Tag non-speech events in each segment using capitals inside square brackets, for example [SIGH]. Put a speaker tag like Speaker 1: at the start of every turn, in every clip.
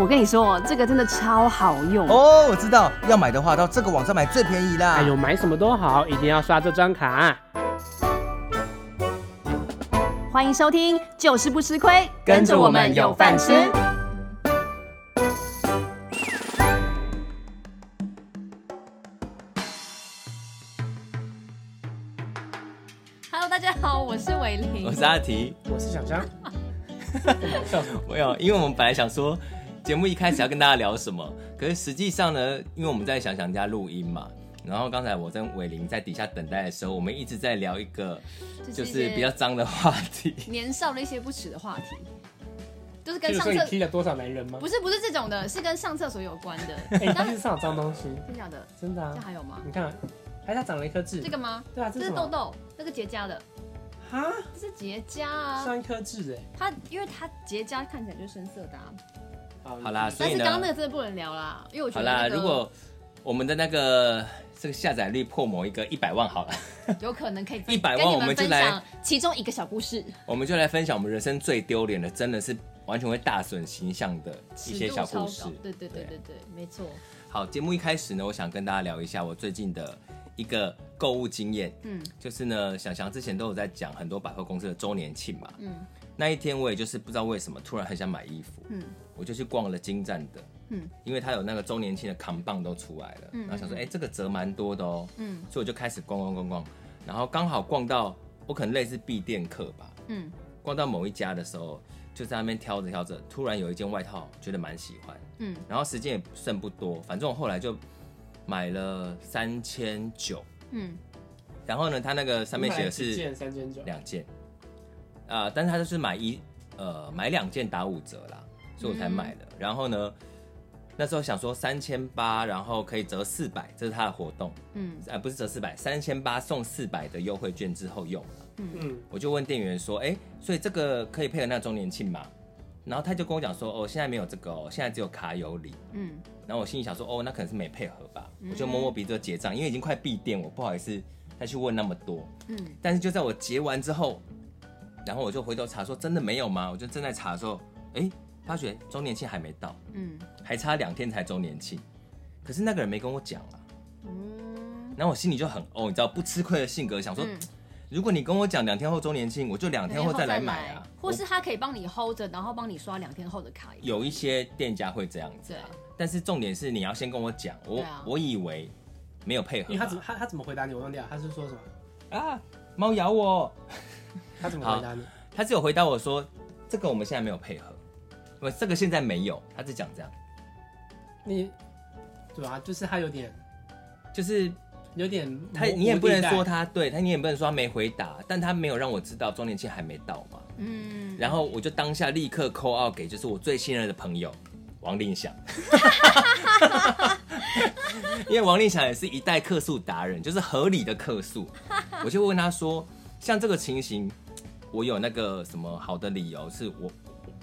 Speaker 1: 我跟你说，这个真的超好用。
Speaker 2: 哦，我知道，要买的话到这个网站买最便宜啦。
Speaker 3: 哎呦，买什么都好，一定要刷这张卡。
Speaker 1: 欢迎收听，就是不吃亏，
Speaker 2: 跟着我们有饭吃。
Speaker 1: Hello，大家好，我是伟玲，
Speaker 4: 我是阿提，
Speaker 3: 我是小香，
Speaker 4: 没有，因为我们本来想说节目一开始要跟大家聊什么，可是实际上呢，因为我们在想想家录音嘛，然后刚才我跟伟玲在底下等待的时候，我们一直在聊一个
Speaker 1: 就
Speaker 4: 就是
Speaker 1: 一
Speaker 4: 是
Speaker 1: 些
Speaker 4: 比较脏的话题，
Speaker 1: 年少的一些不耻的话题，就是
Speaker 3: 比
Speaker 1: 跟
Speaker 3: 如
Speaker 1: 上
Speaker 3: 说你
Speaker 1: 厕
Speaker 3: 踢了多少男人
Speaker 1: [LAUGHS]
Speaker 3: 吗？
Speaker 1: 不是不是这种的，是跟上厕所有关的。
Speaker 3: 哎，你
Speaker 1: 当
Speaker 3: 地上有脏东西，
Speaker 1: 真假的？
Speaker 3: 真的
Speaker 1: 这
Speaker 3: 啊！
Speaker 1: 还有吗？
Speaker 3: 你看，还是它长了一颗痣
Speaker 1: 这。个吗？
Speaker 3: 对啊，这
Speaker 1: 这
Speaker 3: 是
Speaker 1: 是
Speaker 3: 什
Speaker 1: 痘
Speaker 3: 么？
Speaker 1: 痘，这个结痂的，
Speaker 3: 哈，
Speaker 1: 这是结痂啊。
Speaker 3: 算一颗痣哎。
Speaker 1: 它因为它结痂看起来就是深色的、啊，
Speaker 4: 好啦，，所
Speaker 1: 但
Speaker 4: 以
Speaker 1: 是
Speaker 4: 呢
Speaker 1: 刚，刚那个真的不能聊啦，因为我觉
Speaker 4: 好
Speaker 1: 得、
Speaker 4: 啦，
Speaker 1: 那个
Speaker 4: 如果我们的那个这个下载率破某一个一百万好了，
Speaker 1: 有可能可以
Speaker 4: 100万
Speaker 1: 跟你
Speaker 4: 我们就
Speaker 1: 分
Speaker 4: 来
Speaker 1: 享其中一个小故事，
Speaker 4: 我们就来分享我们人生最丢脸的，真的是完全会大损形象的一
Speaker 1: 尺
Speaker 4: 些
Speaker 1: 度
Speaker 4: 小
Speaker 1: 超
Speaker 4: 故事
Speaker 1: 高。对对对
Speaker 4: 对
Speaker 1: 对对，没错。
Speaker 4: 好，节目一开始呢，我想跟大家聊一下我最近的一个购物经验。
Speaker 1: 嗯
Speaker 4: 就是呢，想想之前都有在讲很多百货公司的周年庆嘛。
Speaker 1: 嗯
Speaker 4: 那一天我也就是不知道为什么突然很想买衣服，
Speaker 1: 嗯
Speaker 4: 我就去逛了金站的，
Speaker 1: 嗯
Speaker 4: 因为它有那个周年庆的扛棒都出来了，
Speaker 1: 嗯
Speaker 4: 然后想说，
Speaker 1: 嗯嗯
Speaker 4: 哎、这个折蛮多的哦，
Speaker 1: 嗯
Speaker 4: 所以我就开始逛逛逛逛，然后刚好逛到我可能类似闭店客吧，
Speaker 1: 嗯，
Speaker 4: 逛到某一家的时候，就在那边挑着挑着，突然有一件外套觉得蛮喜欢，
Speaker 1: 嗯，
Speaker 4: 然后时间也剩不多，反正我后来就买了三千九，
Speaker 1: 嗯
Speaker 4: 然后呢，它那个上面写的是
Speaker 3: 件三千九，
Speaker 4: 两件，啊、但是他就是买一呃买两件打五折啦，所以我才买的。然后呢，那时候想说三千八，然后可以折四百，这是他的活动，
Speaker 1: 嗯
Speaker 4: 啊、不是折四百，三千八送四百的优惠券之后用。
Speaker 3: 嗯，
Speaker 4: 我就问店员说，哎、所以这个可以配合那个周年庆吗？然后他就跟我讲说，哦，现在没有这个哦，现在只有卡友礼。
Speaker 1: 嗯，
Speaker 4: 然后我心里想说，哦，那可能是没配合吧。我就摸摸鼻子就结账，因为已经快闭店，我不好意思再去问那么多。
Speaker 1: 嗯，
Speaker 4: 但是就在我结完之后，然后我就回头查说真的没有吗？我就正在查的时候，哎，发觉周年庆还没到，
Speaker 1: 嗯
Speaker 4: 还差两天才周年庆，可是那个人没跟我讲啊，
Speaker 1: 嗯
Speaker 4: 然后我心里就很哦，你知道不吃亏的性格，想说、
Speaker 1: 嗯
Speaker 4: 如果你跟我讲两天后周年庆，我就两天后再来买啊，
Speaker 1: 或是他可以帮你 hold 着，然后帮你刷两天后的卡
Speaker 4: 我。有一些店家会这样子
Speaker 1: 对
Speaker 4: 啊，但是重点是你要先跟我讲，我、
Speaker 1: 对啊
Speaker 4: 我以为没有配合
Speaker 3: 因为他怎么
Speaker 4: 嘛
Speaker 3: 他他怎么回答你？我忘掉，他是说什么？
Speaker 4: 啊，猫咬我，
Speaker 3: 他怎么回答你？
Speaker 4: 他只有回答我说这个我们现在没有配合，不，这个现在没有，他只讲这样。
Speaker 3: 你对吧？就是他有点
Speaker 4: 就是
Speaker 3: 有点模糊
Speaker 4: 他，你也不能
Speaker 3: 地带
Speaker 4: 说他对他，你也不能说他没回答，但他没有让我知道周年庆还没到嘛。
Speaker 1: 嗯，
Speaker 4: 然后我就当下立刻扣二给就是我最信任的朋友王令祥， [LAUGHS] 因为王令祥也是一代客诉达人，就是合理的客诉。我就问他说，像这个情形，我有那个什么好的理由，是我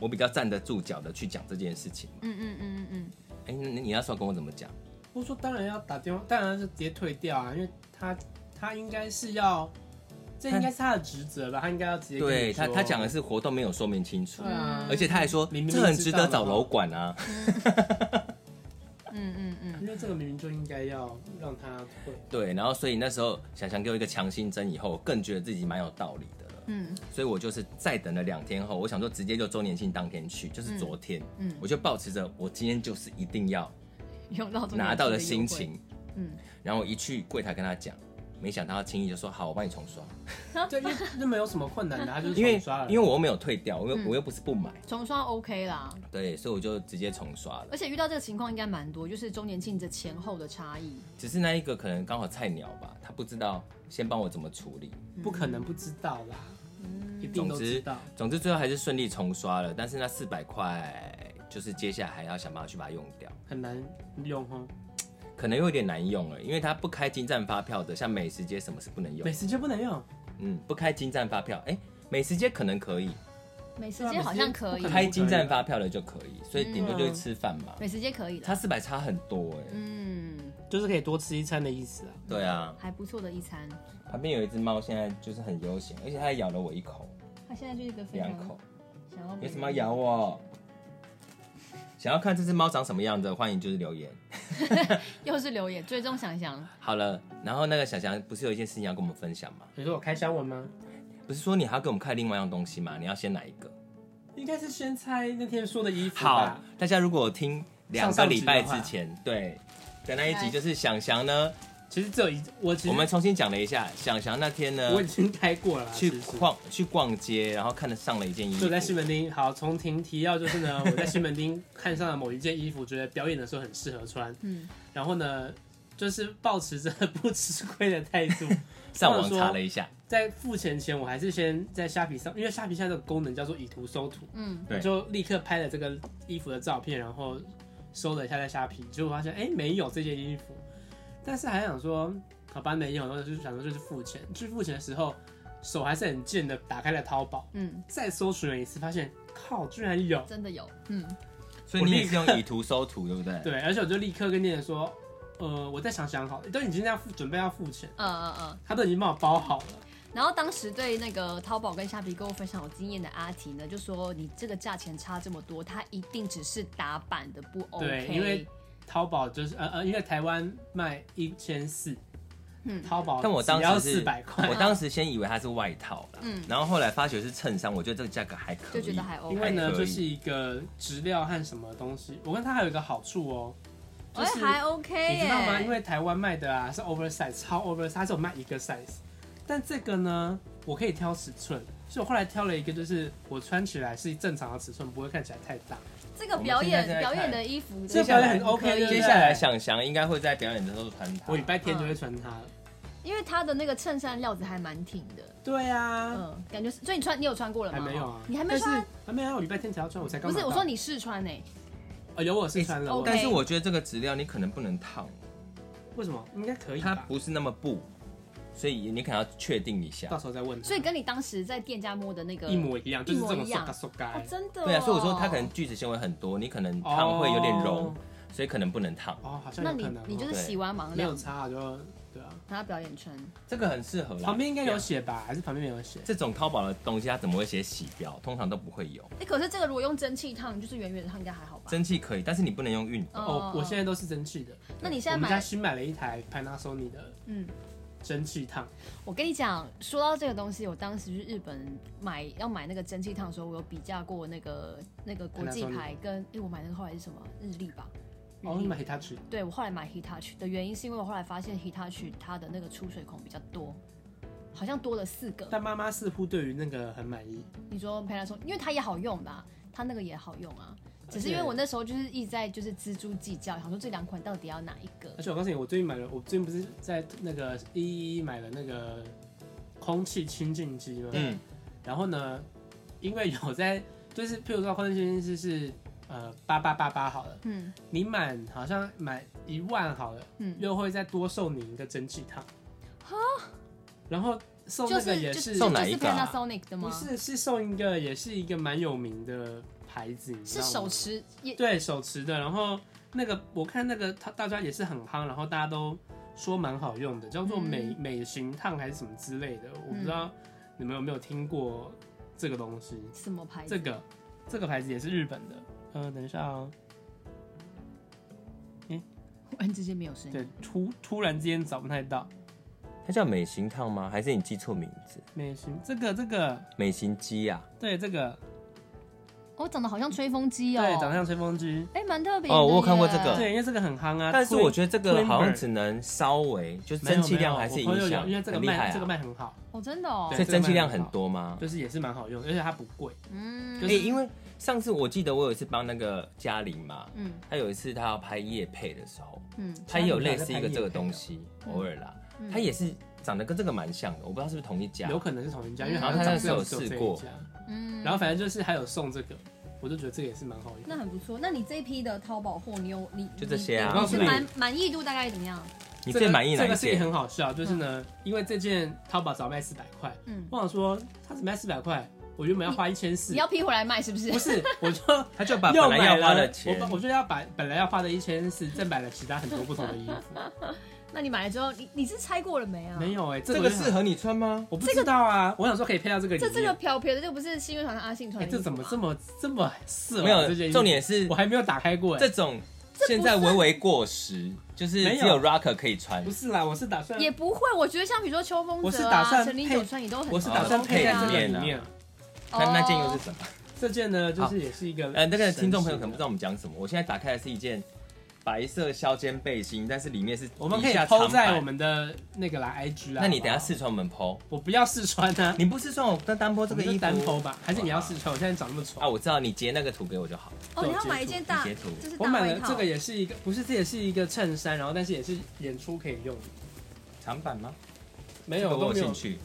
Speaker 4: 我比较站得住脚的去讲这件事情吗。
Speaker 1: 嗯嗯嗯嗯嗯，
Speaker 4: 哎、那你你那时候跟我怎么讲？
Speaker 3: 我说当然要打电话，当然是直接退掉啊，因为他他应该是要，这应该是他的职责吧，他应该要直接跟你
Speaker 4: 对他，
Speaker 3: 说
Speaker 4: 他讲的是活动没有说明清楚
Speaker 3: 对。啊，
Speaker 4: 而且他还说
Speaker 3: 明明
Speaker 4: 这很
Speaker 3: 知
Speaker 4: 值
Speaker 3: 道
Speaker 4: 得
Speaker 3: 的
Speaker 4: 找
Speaker 3: 话
Speaker 4: 楼管啊。
Speaker 1: 嗯嗯嗯，
Speaker 3: 因为这个明明就应该要让他退，
Speaker 4: 对，然后所以那时候想想给我一个强心针，以后我更觉得自己蛮有道理的了。
Speaker 1: 嗯
Speaker 4: 所以我就是再等了两天后，我想说直接就周年庆当天去，就是昨天，
Speaker 1: 嗯
Speaker 4: 我就抱持着我今天就是一定要
Speaker 1: 用到
Speaker 4: 拿到的心，情，
Speaker 1: 嗯，
Speaker 4: 然后我一去柜台跟他讲，没想到他轻易就说好，我帮你重刷，
Speaker 3: 对，因为那没有什么困难的，他就是
Speaker 4: 因为
Speaker 3: 重刷了，
Speaker 4: 因为我又没有退掉，我又、
Speaker 1: 嗯
Speaker 4: 我又不是不买，
Speaker 1: 重刷 OK 啦。
Speaker 4: 对，所以我就直接重刷了
Speaker 1: 而。且遇到这个情况应该蛮多，就是周年庆的前后的差异。
Speaker 4: 只是那一个可能刚好菜鸟吧，他不知道先帮我怎么处理，
Speaker 3: 不可能不知道啦，一定都知道。
Speaker 4: 总之最后还是顺利重刷了，但是那四百块就是接下来还要想办法去把它用掉，
Speaker 3: 很难用哦，
Speaker 4: 可能有点难用了，因为它不开金站发票的，像美食街什么是不能用
Speaker 3: 美？食就不能用，
Speaker 4: 嗯，不开金站发票，哎、美食街可能可以，
Speaker 1: 美食街好像可以
Speaker 3: 对啊，
Speaker 4: 开金站发票的就可以，所以顶多就是吃饭嘛。
Speaker 1: 美食街可以的。
Speaker 4: 它四百差很多哎、
Speaker 1: 啊嗯，
Speaker 3: 就是可以多吃一餐的意思啊。
Speaker 4: 对啊，
Speaker 1: 还不错的一餐。
Speaker 4: 旁边有一只猫，现在就是很悠闲，而且它还咬了我一口、
Speaker 1: 他现在就是一个非
Speaker 4: 两
Speaker 1: 常
Speaker 4: 口，
Speaker 1: 想要
Speaker 4: 有什么咬我？想要看这只猫长什么样的，欢迎就是留言。
Speaker 1: 又是留言，最终想想
Speaker 4: 好了，然后那个小翔不是有一件事情要跟我们分享吗？
Speaker 3: 你说我开箱文吗？
Speaker 4: 不是说你还要给我们看另外一样东西吗？你要先哪一个？
Speaker 3: 应该是先猜那天说的衣服
Speaker 4: 好
Speaker 3: 吧。，
Speaker 4: 大家如果听两个礼拜之前对的那一集，就是想翔呢，
Speaker 3: 其实只有一，我其实
Speaker 4: 我们重新讲了一下，想翔那天呢
Speaker 3: [LAUGHS] 我已经开过了啦，
Speaker 4: 去
Speaker 3: 其实
Speaker 4: 逛去逛街，然后看了上了一件衣
Speaker 3: 就在
Speaker 4: 服
Speaker 3: 西，门町。好，从庭提要就是呢，我在西门町看上了某一件衣服，觉得表演的时候很适合穿。
Speaker 1: 嗯，
Speaker 3: 然后呢，就是保持着 [LAUGHS] 不吃亏的态度，
Speaker 4: 上网查了一下，
Speaker 3: 在付钱前，我还是先在虾皮上，因为虾皮现在这个功能叫做以图搜图，
Speaker 1: 嗯，
Speaker 4: 对
Speaker 3: 我就立刻拍了这个衣服的照片，然后搜了一下在虾皮，结果发现哎、诶没有这件衣服，但是还想说好吧没有，然后就是想说就是付钱，去付钱的时候手还是很贱的打开了淘宝，
Speaker 1: 嗯，
Speaker 3: 再搜寻了一次，发现靠居然有，
Speaker 1: 真的有，嗯，
Speaker 4: 所以你也是用以图搜图，对不
Speaker 3: [LAUGHS]
Speaker 4: 对？
Speaker 3: 对，而且我就立刻跟店员说，呃，我再想想好了，都已经要付准备要付钱，
Speaker 1: 呃呃呃。
Speaker 3: 他都已经帮我包好了。
Speaker 1: 然后当时对那个淘宝跟虾皮购物非常有经验的阿提呢，就说你这个价钱差这么多，它一定只是打版的不 OK。
Speaker 3: 对因为淘宝就是呃呃，因为台湾卖一千四，
Speaker 1: 嗯
Speaker 3: 淘宝
Speaker 4: 但我当
Speaker 3: 只要
Speaker 4: 时
Speaker 3: 四
Speaker 4: 是
Speaker 3: 百块
Speaker 4: 我，当时先以为它是外套啦，
Speaker 1: 嗯
Speaker 4: 然后后来发觉是衬衫，我觉得这个价格还可以，
Speaker 1: 就觉得还 OK
Speaker 3: 因为呢
Speaker 4: 还可以
Speaker 3: 就是一个质量和什么东西，我跟它还有一个好处哦，
Speaker 1: 哎、
Speaker 3: 就是
Speaker 1: 还 OK 耶，
Speaker 3: 你知道吗？因为台湾卖的啊是 oversize 超 oversize，它只有卖一个 size，但这个呢我可以挑尺寸，所以我后来挑了一个就是我穿起来是正常的尺寸，不会看起来太大。
Speaker 1: 这个表
Speaker 4: 我们现
Speaker 1: 演
Speaker 4: 在在看
Speaker 1: 表演的衣服，
Speaker 3: 这个表演很 OK，
Speaker 1: 可以
Speaker 3: 对不对
Speaker 4: 接下来想翔应该会在表演的时候穿它
Speaker 3: 我礼。拜天就会穿它了。
Speaker 1: 因为它的那个衬衫料子还蛮挺的，
Speaker 3: 对啊，
Speaker 1: 嗯，感觉是。所以你穿，你有穿过了吗？
Speaker 3: 还没有啊，
Speaker 1: 你还没
Speaker 3: 但
Speaker 1: 穿
Speaker 3: 是？还没有，我礼拜天才要穿，我才刚
Speaker 1: 不是，
Speaker 3: 买
Speaker 1: 我
Speaker 3: 到
Speaker 1: 说你试穿呢、欸，
Speaker 3: 哦有我是穿了，
Speaker 1: 欸
Speaker 3: 我
Speaker 1: OK
Speaker 4: 但是我觉得这个质量你可能不能烫，
Speaker 3: 为什么应该可以
Speaker 4: 它
Speaker 3: 吧？
Speaker 4: 不是那么布，所以你可能要确定一下
Speaker 3: 到。时候再问他。
Speaker 1: 所以跟你当时在店家摸的那个
Speaker 3: 一模一样，就是这
Speaker 1: 一模
Speaker 3: 种
Speaker 1: 一
Speaker 3: 塑
Speaker 1: 样
Speaker 3: 嘎塑嘎
Speaker 1: 哦，。真的、哦。
Speaker 4: 对啊，所以我说它可能聚酯纤维很多，你可能烫会有点柔，所以可能不能烫。
Speaker 3: 哦，好像
Speaker 1: 那
Speaker 3: 有可
Speaker 1: 你
Speaker 3: 能哦。
Speaker 1: 你就是洗完盲
Speaker 3: 没
Speaker 1: 料
Speaker 3: 有，差就对啊，
Speaker 1: 然后表演穿。
Speaker 4: 这个很适合啦。啊
Speaker 3: 旁边应该有写吧？还是旁边没有写？
Speaker 4: 这种淘宝的东西，它怎么会写洗标？通常都不会有。
Speaker 1: 哎、可是这个如果用蒸汽烫，就是圆圆的烫，应该还好吧？嗯
Speaker 4: 蒸汽可以，但是你不能用熨斗。
Speaker 3: 哦，我现在都是蒸汽的。
Speaker 1: 那你现在
Speaker 3: 我们家
Speaker 1: 买，
Speaker 3: 新买了一台 Panasonic 的
Speaker 1: 嗯，
Speaker 3: 蒸汽烫，
Speaker 1: 我跟你讲，说到这个东西，我当时去日本买要买那个蒸汽烫的时候，我有比价过那个那个国际牌跟，哎、我买那个后来是什么日立吧？日
Speaker 3: 哦，
Speaker 1: 立
Speaker 3: 你买 Hitachi，
Speaker 1: 对我后来买 Hitachi 的原因是因为我后来发现 Hitachi 它的那个出水孔比较多，好像多了四个。
Speaker 3: 但妈妈似乎对于那个很满意。
Speaker 1: 你说陪他说，因为它也好用啦，它那个也好用啊，只是因为
Speaker 3: 而且
Speaker 1: 我那时候就是一直在就是锱铢计较，想说这两款到底要哪一个
Speaker 3: 而？且我告诉你，我最近买了，我最近不是在那个一一买了那个空气清净机吗？
Speaker 4: 嗯，
Speaker 3: 然后呢，因为有在，就是譬如说空气清净机是呃八八八八好了，
Speaker 1: 嗯
Speaker 3: 你满好像满一万好了，
Speaker 1: 嗯，
Speaker 3: 又会再多送你一个蒸汽烫。然后送
Speaker 1: 就
Speaker 3: 那个
Speaker 1: 是
Speaker 3: 也
Speaker 1: 就是是
Speaker 4: 送哪一个啊
Speaker 1: Panasonic 的吗？
Speaker 3: 不是是送一个也是一个蛮有名的牌子，你
Speaker 1: 是
Speaker 3: 知道吗
Speaker 1: 手持也
Speaker 3: 对手持的。然后那个我看那个他大家也是很夯，然后大家都说蛮好用的，叫做美、
Speaker 1: 嗯
Speaker 3: 美型烫还是什么之类的，我不知道你们有没有听过这个东西。
Speaker 1: 什么牌子？
Speaker 3: 这
Speaker 1: [LAUGHS]
Speaker 3: 个这个牌子也是日本的，呃，等一下哦，
Speaker 1: 忽然之间没有声
Speaker 3: 对
Speaker 1: 音。，
Speaker 3: 突突然之间找不太到
Speaker 4: 它叫美型烫吗？还是你记错名字？
Speaker 3: 美型这个这个
Speaker 4: 美型机啊？
Speaker 3: 对这个
Speaker 1: 哦，长得好像吹风机哦。
Speaker 3: 对，长得像吹风机。
Speaker 1: 哎，蛮特别的
Speaker 4: 哦我有
Speaker 1: 耶
Speaker 4: 看过这个
Speaker 3: 对，因为这个很夯啊。
Speaker 4: 但是我觉
Speaker 3: 得
Speaker 4: 得这个好像只能稍微，就是蒸汽量还是影响，
Speaker 3: 因为这个
Speaker 4: 很厉害
Speaker 3: 卖
Speaker 4: 啊。
Speaker 3: 这个卖很好，
Speaker 1: 哦，真的哦
Speaker 4: 所以
Speaker 3: 对。
Speaker 4: 蒸汽量很多吗？
Speaker 3: 就是也是蛮好用的，而且它不贵。
Speaker 1: 嗯
Speaker 3: 就
Speaker 4: 哎、
Speaker 3: 是
Speaker 4: 因为上次我记得我有一次帮那个嘉玲嘛，
Speaker 1: 嗯
Speaker 4: 她有一次她要拍夜配的时候，
Speaker 3: 啊
Speaker 1: 嗯，
Speaker 4: 她也有类似一个这个东西，
Speaker 1: 嗯
Speaker 4: 偶尔啦，
Speaker 1: 嗯
Speaker 4: 她也是长得跟这个蛮像的，我不知道是不是同一家
Speaker 3: 有。可能是同一家，因为
Speaker 1: 嗯
Speaker 3: 好像
Speaker 4: 然后他
Speaker 3: 长
Speaker 4: 那时
Speaker 3: 相
Speaker 4: 候有
Speaker 3: 只有
Speaker 4: 试
Speaker 3: 这一
Speaker 4: 过
Speaker 3: 家。
Speaker 1: 嗯
Speaker 3: 然后反正就是还有送这个，我就觉得这个也是蛮好用
Speaker 1: 那
Speaker 3: 的。
Speaker 1: 很不错。那你这一批的淘宝货，你有你
Speaker 4: 就这些啊
Speaker 1: 你
Speaker 3: 我
Speaker 1: 你
Speaker 3: 告
Speaker 1: 是
Speaker 3: 诉
Speaker 1: 满满意度大概怎么样？
Speaker 4: 你
Speaker 3: 这个
Speaker 4: 最满意哪
Speaker 3: 这
Speaker 4: 一
Speaker 3: 个事情
Speaker 4: 件？
Speaker 3: 很好笑，就是呢，因为这件淘宝只要卖四百块，
Speaker 1: 嗯，
Speaker 3: 我想说它只卖四百块，我原本要花一千四
Speaker 1: 你，要批回来卖是不是
Speaker 3: 不？是，我就
Speaker 4: 她就把
Speaker 3: 又
Speaker 4: [LAUGHS] 本来
Speaker 3: 买
Speaker 4: 要花
Speaker 3: 了
Speaker 4: 的钱 [LAUGHS]
Speaker 3: 我，把我就要把本来要花的一千四，再买了其他很多不同的衣服，
Speaker 1: 那你买了之后，你你是拆过了没啊？
Speaker 3: 没。有哎、
Speaker 4: 这
Speaker 3: 这
Speaker 4: 个
Speaker 3: 我就想
Speaker 4: 适合你穿吗？
Speaker 3: 我不知道啊，我想说可以配到这个里
Speaker 1: 这
Speaker 3: 面。
Speaker 1: 这个漂漂的就不是新乐团的阿信
Speaker 3: 哎、
Speaker 1: 团的衣服
Speaker 3: 这
Speaker 1: 吧，
Speaker 3: 怎么这么这么色、啊？
Speaker 4: 没有
Speaker 3: 这件衣，服
Speaker 4: 重点是
Speaker 3: 我还没有打开过、哎
Speaker 4: 这种现在微微过时，就是
Speaker 3: 没有
Speaker 4: 只有 rocker 可以穿
Speaker 3: 不。是啦，我是打算
Speaker 1: 也不会？我觉得像比如说秋风
Speaker 3: 我是
Speaker 1: 泽
Speaker 3: 打
Speaker 1: 啊、
Speaker 3: 算
Speaker 1: 陈林
Speaker 3: 配
Speaker 1: 九川，也都很哦
Speaker 3: 我是打算配在
Speaker 4: 哦
Speaker 3: 这个里面。
Speaker 4: 啊那那件
Speaker 3: 哦
Speaker 4: 又是什么？
Speaker 3: 这件呢，就是也是一个
Speaker 4: 呃，那个听众朋友可能不知
Speaker 3: 道，
Speaker 4: 道我们讲什么。我现在打开的是一件白色削肩背心，但是里面是
Speaker 3: 我们可以
Speaker 4: 以下
Speaker 3: 抛
Speaker 4: 长
Speaker 3: 在
Speaker 4: 版
Speaker 3: 我。们的那个啦 IG 啦。
Speaker 4: 那你等一下
Speaker 3: 好不好
Speaker 4: 试穿我们抛，
Speaker 3: 我不要试穿啊，
Speaker 4: 你不试穿我那单抛这
Speaker 3: 这
Speaker 4: 个衣服
Speaker 3: 单抛吧，还是你要试穿？我现在长那么丑
Speaker 4: 啊？我知道你截那个图给我就好。
Speaker 1: 哦，你要
Speaker 3: 这种
Speaker 1: 买一
Speaker 3: 截
Speaker 1: 件大，
Speaker 4: 截图
Speaker 1: 就是
Speaker 3: 我
Speaker 1: 大
Speaker 3: 买
Speaker 1: 外
Speaker 3: 了
Speaker 1: 套。
Speaker 3: 这个也是一个，不是这也是一个衬衫，然后但是也是演出可以用的，
Speaker 4: 长版吗？
Speaker 3: 没有
Speaker 4: 这个
Speaker 3: 都
Speaker 4: 我
Speaker 3: 没有
Speaker 4: 兴。趣。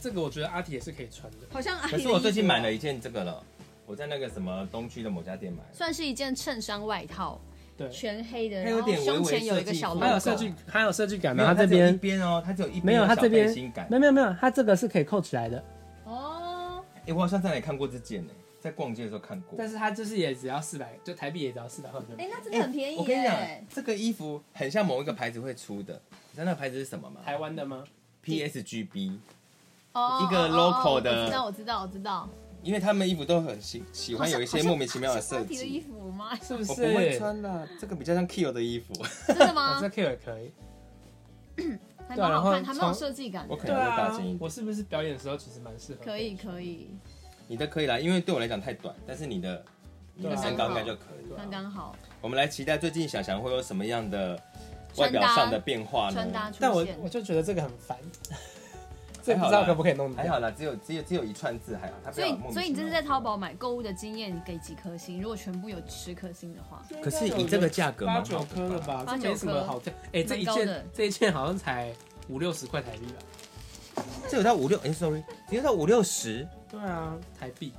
Speaker 3: 这个我觉得阿体也是可以穿的，
Speaker 1: 好像阿姨的
Speaker 4: [LAUGHS] 可
Speaker 1: 衣服
Speaker 4: 是我最近买了一件这个了，我在那个什么东区的某家店买的。
Speaker 1: 算是一件衬衫外套，
Speaker 3: 对，
Speaker 1: 全黑的，
Speaker 4: 它有
Speaker 1: 然后
Speaker 4: 点微微
Speaker 1: 胸前有一个小
Speaker 4: 设计
Speaker 3: 还有
Speaker 1: logo，
Speaker 3: 设计还有设计感
Speaker 4: 没
Speaker 3: 吗？
Speaker 4: 有，
Speaker 3: 它这
Speaker 4: 只有一
Speaker 3: 边
Speaker 4: 边哦，它只有一边
Speaker 3: 没有，它
Speaker 4: 小
Speaker 3: 这边
Speaker 4: 背心感
Speaker 3: 没。有没有没有，它这个是可以扣起来的，
Speaker 1: 哦，
Speaker 4: 哎，我好像在哪里看过这件呢，在逛街的时候看过
Speaker 3: 但。是它就是也只要四百，就台币也只要四百块。
Speaker 1: 哎，那真的很便宜
Speaker 4: 我跟你讲
Speaker 1: 耶，，
Speaker 4: 这个衣服很像某一个牌子会出的，你知道那个牌子是什么吗
Speaker 3: 台湾的吗？
Speaker 4: ？PSGB，
Speaker 1: 哦，
Speaker 4: 一个
Speaker 1: 哦哦
Speaker 4: local
Speaker 1: 我
Speaker 4: 的
Speaker 1: 知道我知道我知道，
Speaker 4: 因为他们衣服都很喜喜
Speaker 1: 好
Speaker 4: 欢
Speaker 1: 像
Speaker 4: 有一些莫名其妙的设
Speaker 1: 好像阿迪的衣
Speaker 4: 计。
Speaker 1: 服吗？
Speaker 3: 是不是？
Speaker 4: 我不会穿啦，这个比较像 Kyo 的衣服，
Speaker 1: [LAUGHS] 真的
Speaker 3: 哦，
Speaker 1: 吗
Speaker 3: 这？Q 也可以。
Speaker 1: 还
Speaker 3: 对啊
Speaker 1: 蛮
Speaker 3: 然
Speaker 1: 好
Speaker 3: 后
Speaker 1: 看，还蛮有
Speaker 3: 从
Speaker 1: 设计感
Speaker 4: 我
Speaker 1: 的，
Speaker 4: 可能会大件一点。
Speaker 3: 啊我是不是表演的时候其实蛮适合？
Speaker 1: 可以可以，
Speaker 4: 你的可以啦，因为对我来讲太短，但是你的你
Speaker 1: 啊
Speaker 4: 的身高应该就可以。
Speaker 3: 对啊
Speaker 1: 刚刚好，
Speaker 4: 我们来期待最近想想会有什么样的外表上的变化
Speaker 1: 穿搭
Speaker 4: 呢？
Speaker 1: 出
Speaker 3: 但我我
Speaker 1: 现，
Speaker 3: 就觉得这个很烦，这个不知道可不可以弄
Speaker 4: 还好
Speaker 3: 掉。
Speaker 4: 啦，只有只有只有一串字还好，它不
Speaker 1: 所
Speaker 4: 要
Speaker 1: 以
Speaker 4: 啊莫名其妙
Speaker 1: 所以你这是在淘。宝买购物的经验，你给几颗星？如果全部有十颗星的话，
Speaker 4: 可是以这个价格
Speaker 3: 八
Speaker 4: 蛮
Speaker 3: 九
Speaker 4: 好的吧
Speaker 3: 颗了吧，
Speaker 1: 八
Speaker 3: 这
Speaker 1: 九颗
Speaker 3: 没什么好挑。哎，这一
Speaker 1: 蛮高的
Speaker 3: 件这一件好像才五六十块台币吧？
Speaker 4: 这有到五六，哎，sorry，只有到五六十，
Speaker 3: 对啊，台币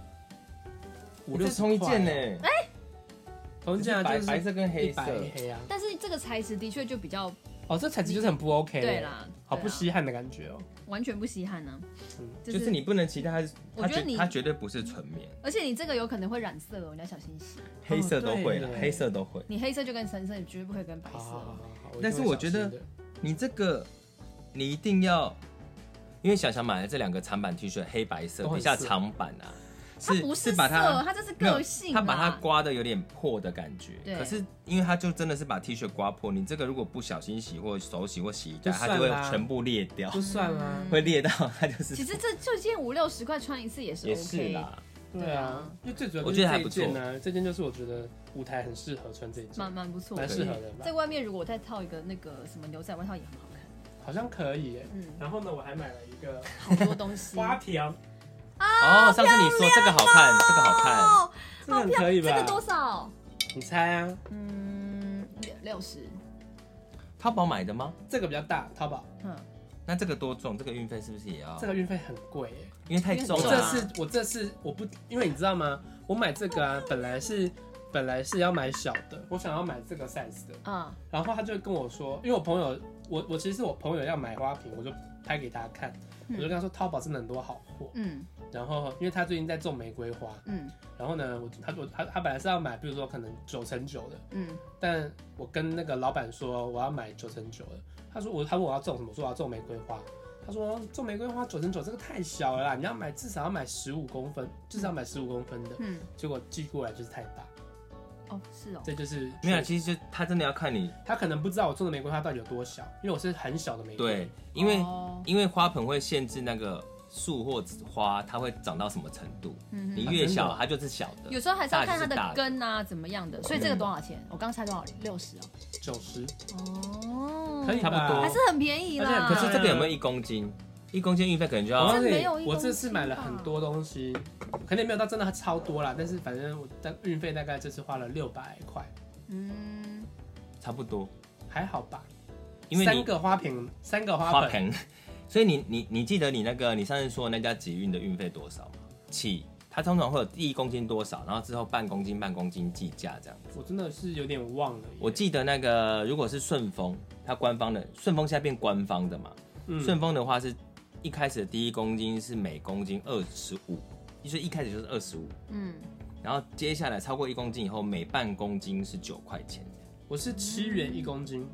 Speaker 3: 五
Speaker 4: 这
Speaker 3: 六
Speaker 4: 是
Speaker 3: 十
Speaker 4: 同一件呢
Speaker 3: 块啊，，
Speaker 1: 哎
Speaker 3: 同一件啊，
Speaker 4: 白
Speaker 3: 就是
Speaker 4: 白色跟黑
Speaker 3: 一
Speaker 4: 色
Speaker 3: 白，一黑啊。
Speaker 1: 但是这个材质的确就比较
Speaker 3: 哦，这材质就是很不 OK，
Speaker 1: 对，啦，
Speaker 3: 好
Speaker 1: 对
Speaker 3: 不
Speaker 1: 啦
Speaker 3: 稀罕的感觉哦。
Speaker 1: 完全不稀罕呢、
Speaker 3: 嗯
Speaker 1: 就
Speaker 4: 就是你不能期待它是，
Speaker 1: 我
Speaker 4: 它
Speaker 1: 觉得你
Speaker 4: 绝它绝对不是纯棉，
Speaker 3: 哦
Speaker 1: 而且你这个有可能会染色哦，你要小心一些。
Speaker 4: 黑色都会了
Speaker 3: 对，耶
Speaker 4: 黑色都会。
Speaker 1: 你黑色就跟深色，你绝对不可以跟白
Speaker 3: 好好好好
Speaker 1: 色。
Speaker 3: 好，
Speaker 4: 但是我觉得
Speaker 3: 一定会小心的
Speaker 4: 你这个你一定要，因为小翔买的这两个长版 T 恤，黑白色
Speaker 3: 都很
Speaker 4: 底下
Speaker 3: 色
Speaker 4: 长版啊，
Speaker 1: 它
Speaker 4: 是
Speaker 1: 不
Speaker 4: 是
Speaker 1: 色，
Speaker 4: 把它
Speaker 1: 它这是
Speaker 4: 没有
Speaker 1: 个性啦。
Speaker 3: 啊
Speaker 4: 他把它刮的有点破的感觉，
Speaker 1: 对
Speaker 4: 可是因为他就真的是把 T 恤刮破，你这个如果不小心洗或手洗或洗衣袋，
Speaker 3: 就
Speaker 4: 它
Speaker 3: 算
Speaker 4: 就会
Speaker 3: 啦
Speaker 4: 全部裂掉，
Speaker 3: 就算啊啦，
Speaker 4: [LAUGHS] 会裂到它就是
Speaker 1: 其实这就件五六十块穿一次也是 OK。
Speaker 4: 也是啦，
Speaker 3: 对
Speaker 1: 对
Speaker 3: 啊
Speaker 1: 啊，
Speaker 3: 就最主要
Speaker 4: 我觉得还不
Speaker 3: 就是这一件啊呢，这件就是我觉得舞台很适合穿这一
Speaker 1: 蛮
Speaker 3: 件，
Speaker 1: 蛮不错的
Speaker 3: 蛮。适合的吧
Speaker 1: 在，外面如果再套一个那个什么牛仔外套也很好看。
Speaker 3: 好像可以耶。
Speaker 1: 嗯， [LAUGHS]
Speaker 3: 然后呢，我还买了一个
Speaker 1: 好多东西。
Speaker 3: 花瓶，
Speaker 4: 哦，上次你说这个好
Speaker 3: 啊
Speaker 4: 看，这个好看，
Speaker 1: 哦，
Speaker 3: 这个很可以
Speaker 1: 这个
Speaker 3: 吧？
Speaker 1: 多少？
Speaker 3: 你猜啊？
Speaker 1: 嗯，六六十。
Speaker 4: 淘宝买的吗？
Speaker 3: 这个比较大，淘宝
Speaker 1: 嗯，
Speaker 4: 那这个多重？这个运费是不是也要
Speaker 3: 这？个运费很贵耶。
Speaker 4: 因为太重
Speaker 3: 我
Speaker 1: 对
Speaker 3: 这
Speaker 1: 啊
Speaker 4: 了。
Speaker 3: 次我这次我不，因为你知道吗？我买这个啊，本来是本来是要买小的，我想要买这个 size 的，
Speaker 1: 啊，
Speaker 3: 然后他就跟我说，因为我朋友，我我其实我朋友要买花瓶，我就拍给他看，我
Speaker 1: 嗯
Speaker 3: 就跟他说淘宝真的很多好货，
Speaker 1: 嗯
Speaker 3: 然后因为他最近在种玫瑰花，
Speaker 1: 嗯
Speaker 3: 然后呢，我他我他他本来是要买，比如说可能九乘九的，
Speaker 1: 嗯，
Speaker 3: 但我跟那个老板说我要买九乘九的，他说我他问我要种什么，我说我要种玫瑰花，他说种玫瑰花九乘九这个太小了啦，你要买至少要买十五公分，至少要买十五公分的，
Speaker 1: 嗯，
Speaker 3: 结果寄过来就是太大，
Speaker 1: 哦，是哦。
Speaker 3: 这就是啊
Speaker 4: 没有，其实就他真的要看你
Speaker 3: 他可能不知道我种的玫瑰花到底有多小，因为我是很小的玫瑰，
Speaker 4: 对，因为
Speaker 1: 哦
Speaker 4: 因为花盆会限制那个树或花它会长到什么程度，
Speaker 1: 嗯
Speaker 4: 你
Speaker 1: 哼。
Speaker 4: 越
Speaker 3: 啊真
Speaker 4: 小
Speaker 3: 的
Speaker 4: 它就是小的
Speaker 1: 有，时候还是要看它
Speaker 4: 大就是大
Speaker 1: 的
Speaker 4: 的
Speaker 1: 根啊怎么样的，所以这个多少钱？我刚猜多少？六十哦。
Speaker 3: 九十
Speaker 1: 哦，
Speaker 3: 可以
Speaker 4: 差不
Speaker 3: 吧
Speaker 4: 多
Speaker 1: 还是很便宜啦。
Speaker 3: 而
Speaker 4: 可
Speaker 3: 且
Speaker 4: 是这个有
Speaker 3: 嗯
Speaker 4: 没有一公斤？一公斤运费可能就
Speaker 3: 我
Speaker 4: 要
Speaker 3: 告诉
Speaker 1: 这没
Speaker 3: 你
Speaker 1: 有一，
Speaker 3: 我
Speaker 1: 公
Speaker 3: 这次
Speaker 1: 斤
Speaker 3: 买了
Speaker 1: 吧
Speaker 3: 很多东西，可能没有到真的超多啦，但是反正我的运费大概这次花了六百块，
Speaker 1: 嗯，
Speaker 4: 差不多，
Speaker 3: 还好吧？
Speaker 4: 因为
Speaker 3: 三
Speaker 4: 你
Speaker 3: 个花瓶，三个花
Speaker 4: 花
Speaker 3: 盆，
Speaker 4: 盆， [LAUGHS] 所以你你你记得你那个你上次说的那家集运的运费多少吗？起，它通常会有第一公斤多少，然后之后半公斤半公斤计价这样。
Speaker 3: 我真的是有点忘了耶。
Speaker 4: 我记得那个如果是顺丰，它官方的顺丰现在变官方的嘛，
Speaker 3: 嗯
Speaker 4: 顺、丰的话是一开始的第一公斤是每公斤二十五，所以一开始就是二十五，
Speaker 1: 嗯，
Speaker 4: 然后接下来超过一公斤以后，每半公斤是九块钱。
Speaker 3: 我是七元一公斤，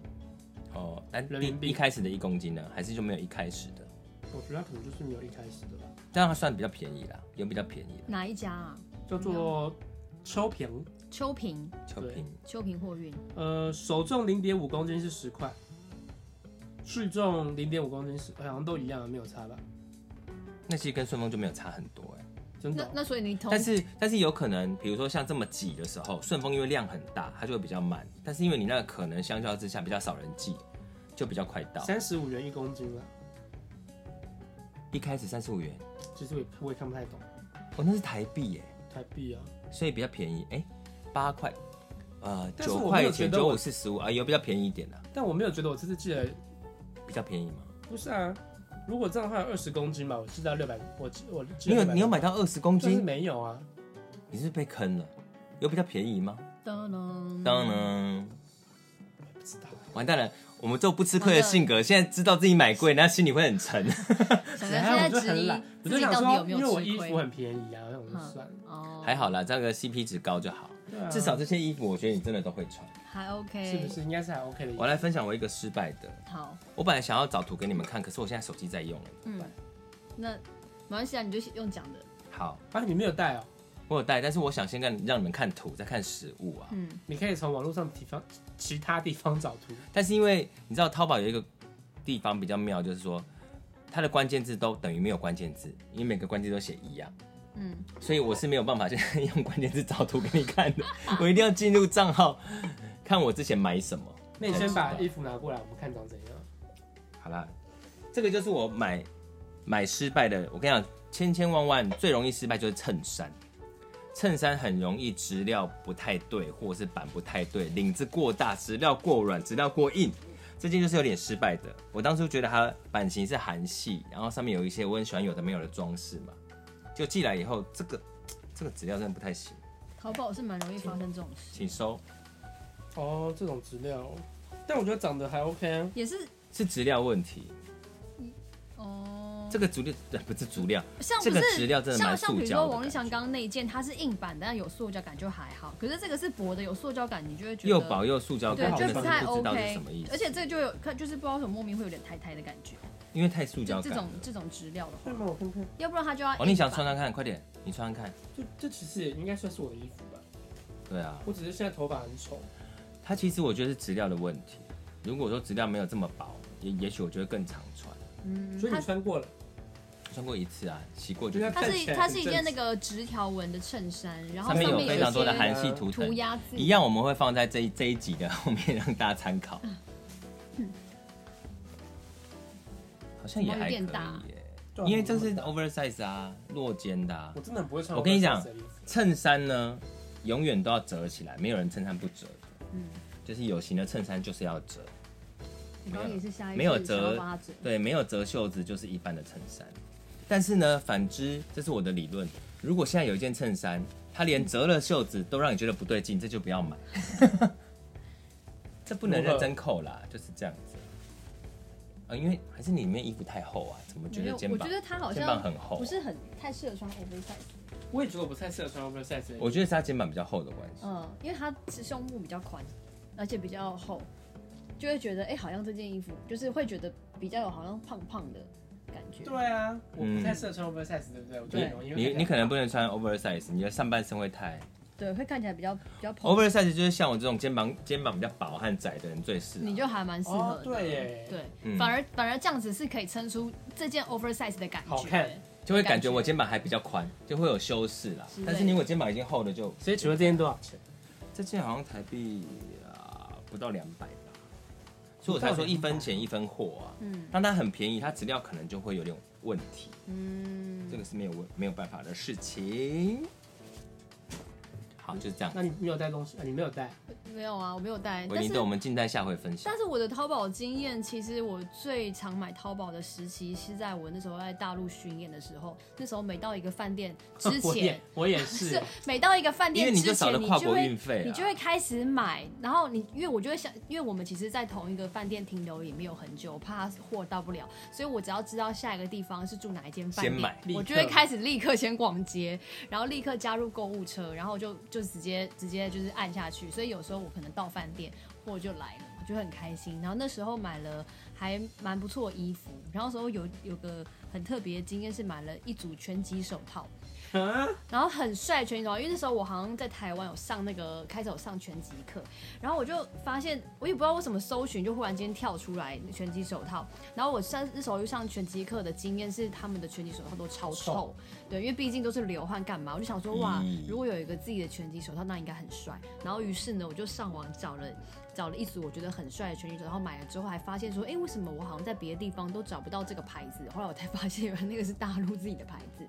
Speaker 4: 哦，那
Speaker 3: 人
Speaker 4: 第
Speaker 3: 民币
Speaker 4: 一开始的一公斤呢，还是就没有一开始的？
Speaker 3: 我觉得它可能就是没有一开始的吧，
Speaker 4: 这样它算比较便宜啦，有比较便宜
Speaker 1: 哪一家啊？
Speaker 3: 叫做秋萍，
Speaker 1: 秋平，
Speaker 4: 啦，秋平
Speaker 1: 秋平货运，
Speaker 3: 呃，首重零点五公斤是十块，续重零点五公斤是好像都一样啊，没有差吧？
Speaker 4: 那其实跟顺丰就没有差很多哎、
Speaker 3: 真的
Speaker 1: 那
Speaker 3: 哦、
Speaker 1: 那所以你同
Speaker 4: 但是但是有可能，比如说像这么挤的时候，顺丰因为量很大，它就会比较慢。但是因为你那个可能相较之下比较少人寄，就比较快到。
Speaker 3: 三十五元一公斤了，
Speaker 4: 一开始三十五元，
Speaker 3: 其实我也我也看不太懂
Speaker 4: 哦，那是台币耶、
Speaker 3: 台币啊。
Speaker 4: 所以比较便宜。哎、八块，呃，
Speaker 3: 但是我
Speaker 4: 九
Speaker 3: 没有
Speaker 4: 块
Speaker 3: 觉
Speaker 4: 钱
Speaker 3: 得
Speaker 4: 九
Speaker 3: 我
Speaker 4: 五四十五啊，有比较便宜一点的、
Speaker 3: 但我没有觉得我这次寄了，
Speaker 4: 比较便宜吗？
Speaker 3: 不是啊。如果这样的话，二十公斤吧，我寄到六百，我寄我寄
Speaker 4: 你有
Speaker 3: 600
Speaker 4: 你有买到二十公
Speaker 3: 但是
Speaker 4: 斤？
Speaker 3: 没有啊？
Speaker 4: 你是不是被坑了？有比较便宜吗？
Speaker 1: 噔噔
Speaker 4: 当然，
Speaker 3: 不知道，啊
Speaker 4: 完蛋了，我们这种不吃亏的性格，现在知道自己买贵，那心里会很沉。 [LAUGHS] 啊
Speaker 1: 小
Speaker 3: 然
Speaker 1: 南
Speaker 3: 后我
Speaker 1: 现
Speaker 3: 就
Speaker 1: 在质
Speaker 3: 很
Speaker 1: 疑
Speaker 3: 懒，我
Speaker 1: 自
Speaker 3: 就
Speaker 1: 己
Speaker 3: 想
Speaker 1: 到底有
Speaker 3: 说，
Speaker 1: 没
Speaker 3: 因为我
Speaker 1: 有
Speaker 3: 衣
Speaker 1: 吃
Speaker 3: 服
Speaker 1: 亏
Speaker 3: 很便宜啊，那我就算了。
Speaker 1: 哦，
Speaker 4: 还好啦，这样个 CP 值高就好。
Speaker 3: 对啊
Speaker 4: 至少这些衣服，我觉得你真的都会穿。
Speaker 1: 还
Speaker 3: 是
Speaker 1: OK，
Speaker 3: 不是应该是还 OK 的衣服
Speaker 4: 我？来分享我一个失败的，
Speaker 1: 好，
Speaker 4: 我本来想要找图给你们看，可是我现在手机在用了。
Speaker 1: 嗯，那没关系啊，你就用讲的，
Speaker 4: 好，
Speaker 3: 啊，你没有带哦，
Speaker 4: 我有带，但是我想先让让你们看图，再看实物啊。
Speaker 1: 嗯，
Speaker 3: 你可以从网络上地方其他地方找
Speaker 1: [LAUGHS]
Speaker 3: 图。
Speaker 4: 但是因为你知道淘宝有一个地方比较妙，就是说它的关键字都等于没有关键字，因为每个关键字都写一样。
Speaker 1: 嗯，
Speaker 4: 所以我是没有办法现在用关键字找图给你看的， [LAUGHS] 我一定要进入账号看我之前买什么。
Speaker 3: 那你先把
Speaker 1: 啊
Speaker 3: 衣服拿过来，我们看长怎样。
Speaker 4: 好啦，这个就是我买买失败的。我跟你讲，千千万万最容易失败就是衬衫，衬衫很容易质料不太对，或者是版不太对，领子过大，质料过软，质料过硬。这件就是有点失败的。我当初觉得它版型是韩系，然后上面有一些我很喜欢有的没有的装饰嘛，就寄来以后，这个这个质料真的不太行，
Speaker 1: 淘宝是蛮容易发生这种事，
Speaker 4: 请收。
Speaker 3: 哦，这种资料，但我觉得长得还 OK 啊。
Speaker 1: 也是
Speaker 4: 是质量问题，
Speaker 1: 哦，
Speaker 4: 这个足料呃不是足料，
Speaker 1: 像
Speaker 4: 这
Speaker 1: 不
Speaker 4: 个质
Speaker 1: 是
Speaker 4: 量真的蛮
Speaker 1: 像像
Speaker 4: 塑
Speaker 1: 比如
Speaker 4: 胶
Speaker 1: 说
Speaker 4: 的
Speaker 1: 王
Speaker 4: 感
Speaker 1: 力
Speaker 4: 觉
Speaker 1: 祥刚刚那一件，它是硬板，但有塑胶感就还好，可是这个是薄的，有塑胶感，你就会觉得
Speaker 4: 又薄又塑胶
Speaker 1: 对
Speaker 4: 感，，
Speaker 1: 就
Speaker 4: 真的
Speaker 1: 不
Speaker 4: 是
Speaker 1: 太
Speaker 4: 不知道是
Speaker 1: OK，
Speaker 4: 什么意思
Speaker 1: 而。且这个就有看，就是不知道为什么莫名会有点太太的感觉，
Speaker 4: 因为太塑胶
Speaker 1: 这
Speaker 4: 感
Speaker 1: 这
Speaker 4: 了。
Speaker 1: 种这种质料的
Speaker 3: 对
Speaker 1: 话，
Speaker 3: 吗？我看看，
Speaker 1: 要不然它就要
Speaker 4: 哦，你
Speaker 1: 硬
Speaker 4: 想
Speaker 1: 板
Speaker 4: 穿穿看，快点，你穿穿看。
Speaker 3: 这这其实也应该算是我的衣服吧。
Speaker 4: 对啊，
Speaker 3: 我只是现在头发很丑，
Speaker 4: 它其实我觉得是质量的问题。如果说质量没有这么薄，也也许我就会更常穿。
Speaker 1: 嗯，
Speaker 3: 所以
Speaker 1: 它
Speaker 3: 你穿过了。
Speaker 4: 穿过一次啊，洗过 [LAUGHS] 就知道
Speaker 3: 它
Speaker 1: 它
Speaker 3: 看
Speaker 1: 是
Speaker 3: 起来
Speaker 1: 它
Speaker 3: 很
Speaker 1: 是一
Speaker 3: 正
Speaker 1: 件那个直条纹的衬衫，然后
Speaker 4: 上面有
Speaker 1: 有
Speaker 4: 非常多的
Speaker 1: 一些
Speaker 4: 韩系图
Speaker 1: 涂
Speaker 4: 腾，
Speaker 1: 鸦字，
Speaker 4: 一样我们会放在这一这一集的 [LAUGHS] 后面让大家参考。
Speaker 1: 嗯
Speaker 4: 好像也还可
Speaker 1: 有
Speaker 4: 以
Speaker 1: 点大
Speaker 4: 耶，
Speaker 3: 对啊
Speaker 4: 因为这是 oversize 啊，落肩的啊
Speaker 3: 我。真的很不会穿。
Speaker 4: 我跟你讲
Speaker 3: 的衣服
Speaker 4: 衬衫呢，永远都要折起来，没有人衬衫不折的。
Speaker 1: 嗯
Speaker 4: 就是有型的衬衫就是要折，
Speaker 1: 你刚刚也是下一
Speaker 4: 没有
Speaker 1: 次想要
Speaker 4: 折
Speaker 1: 帮它折，
Speaker 4: 对，没有折袖子就是一般的衬衫。但是呢，反之，这是我的理论。如果现在有一件衬衫，它连折了袖子都让你觉得不对劲，这就不要买。 [LAUGHS] 这不能认真扣啦，就是这样子。啊、因为还是你里面衣服太厚啊，怎么觉
Speaker 1: 没
Speaker 4: 得
Speaker 1: 有
Speaker 4: 肩
Speaker 1: 我
Speaker 4: 膀
Speaker 1: 觉？得它好
Speaker 4: 肩膀
Speaker 1: 像
Speaker 4: 很厚啊、
Speaker 1: 不是很太适合穿 oversize，
Speaker 3: 我也觉得我不太适合穿 oversize 的衣服。
Speaker 4: 我觉得是它肩膀比较厚的关系。
Speaker 1: 嗯，因为它胸部比较宽，而且比较厚，就会觉得哎、好像这件衣服就是会觉得比较有好像胖胖的感觉，
Speaker 3: 对啊，我不
Speaker 1: 嗯
Speaker 3: 太适合穿 oversize，对不对？我觉得很容易会
Speaker 4: 你
Speaker 3: 看起来
Speaker 4: 你可能不能穿 oversize，你的上半身会太
Speaker 1: 对，会看起来比较比较蓬，
Speaker 4: oversize，就是像我这种肩膀肩膀比较薄和窄的人最适合。
Speaker 1: 你就还蛮适合的，
Speaker 3: 哦对耶
Speaker 1: 对
Speaker 4: 嗯
Speaker 1: 反而反而这样子是可以撑出这件 oversize 的感觉，
Speaker 3: 好看
Speaker 4: 就会感觉我肩膀还比较宽，就会有修饰啦
Speaker 1: 之类。的
Speaker 4: 但是你如果肩膀已经厚了就，
Speaker 3: 所以请问这件多少钱？
Speaker 4: 这件好像台币啊不到两百吧，所以我才说一分钱一分货啊。
Speaker 1: 嗯
Speaker 4: 当它很便宜，它质量可能就会有点问题，
Speaker 1: 嗯
Speaker 4: 这，个是没有问没有办法的事情。好，就是这样
Speaker 3: 那。你没有带东西？啊你没有带？
Speaker 1: 没有啊，我没有带，
Speaker 4: 维
Speaker 1: 但
Speaker 4: 尼
Speaker 1: 是
Speaker 4: 的我们静待下回分享
Speaker 1: 但。是我的淘宝经验，其实我最常买淘宝的时期是在我那时候在大陆巡演的时候，那时候每到一个饭店
Speaker 4: [LAUGHS]
Speaker 1: 之
Speaker 3: 我也
Speaker 1: 前。
Speaker 3: 我也是
Speaker 1: 是。每到一个饭
Speaker 4: 因为
Speaker 1: 店
Speaker 4: 你
Speaker 1: 之
Speaker 4: 就少了
Speaker 1: 前，
Speaker 4: 跨国
Speaker 1: 会
Speaker 4: 运费啊
Speaker 1: 你就会开始买，然后你因为我就会想，因为我们其实，在同一个饭店停留也没有很久，怕货到不了，所以我只要知道下一个地方是住哪一间饭
Speaker 4: 先买
Speaker 1: 店，我
Speaker 3: 立
Speaker 1: 就
Speaker 3: 刻
Speaker 1: 会开始立刻先逛街，然后立刻加入购物车，然后就就直接直接就是按下去，所以有时候我可能到饭店货就来了，就很开心。然后那时候买了还蛮不错的衣服，然后那时候有有个很特别的经验是买了一组拳击手套，
Speaker 3: 啊，
Speaker 1: 然后很帅拳击手套，因为那时候我好像在台湾有上那个开始有上拳击课，然后我就发现我也不知道为什么搜寻就忽然间跳出来拳击手套，然后我上那时候又上拳击课的经验是他们的拳击手套 [LAUGHS] 都超臭，
Speaker 3: 臭
Speaker 1: 对，因为毕竟都是流汗干嘛，我就想说哇
Speaker 4: 咦，
Speaker 1: 如果有一个自己的拳击手套，那应该很帅。然后于是呢，我就上网找了。找了一组我觉得很帅的拳击手，套，买了之后还发现说，哎、为什么我好像在别的地方都找不到这个牌子？后来我才发现，原来那个是大陆自己的牌子。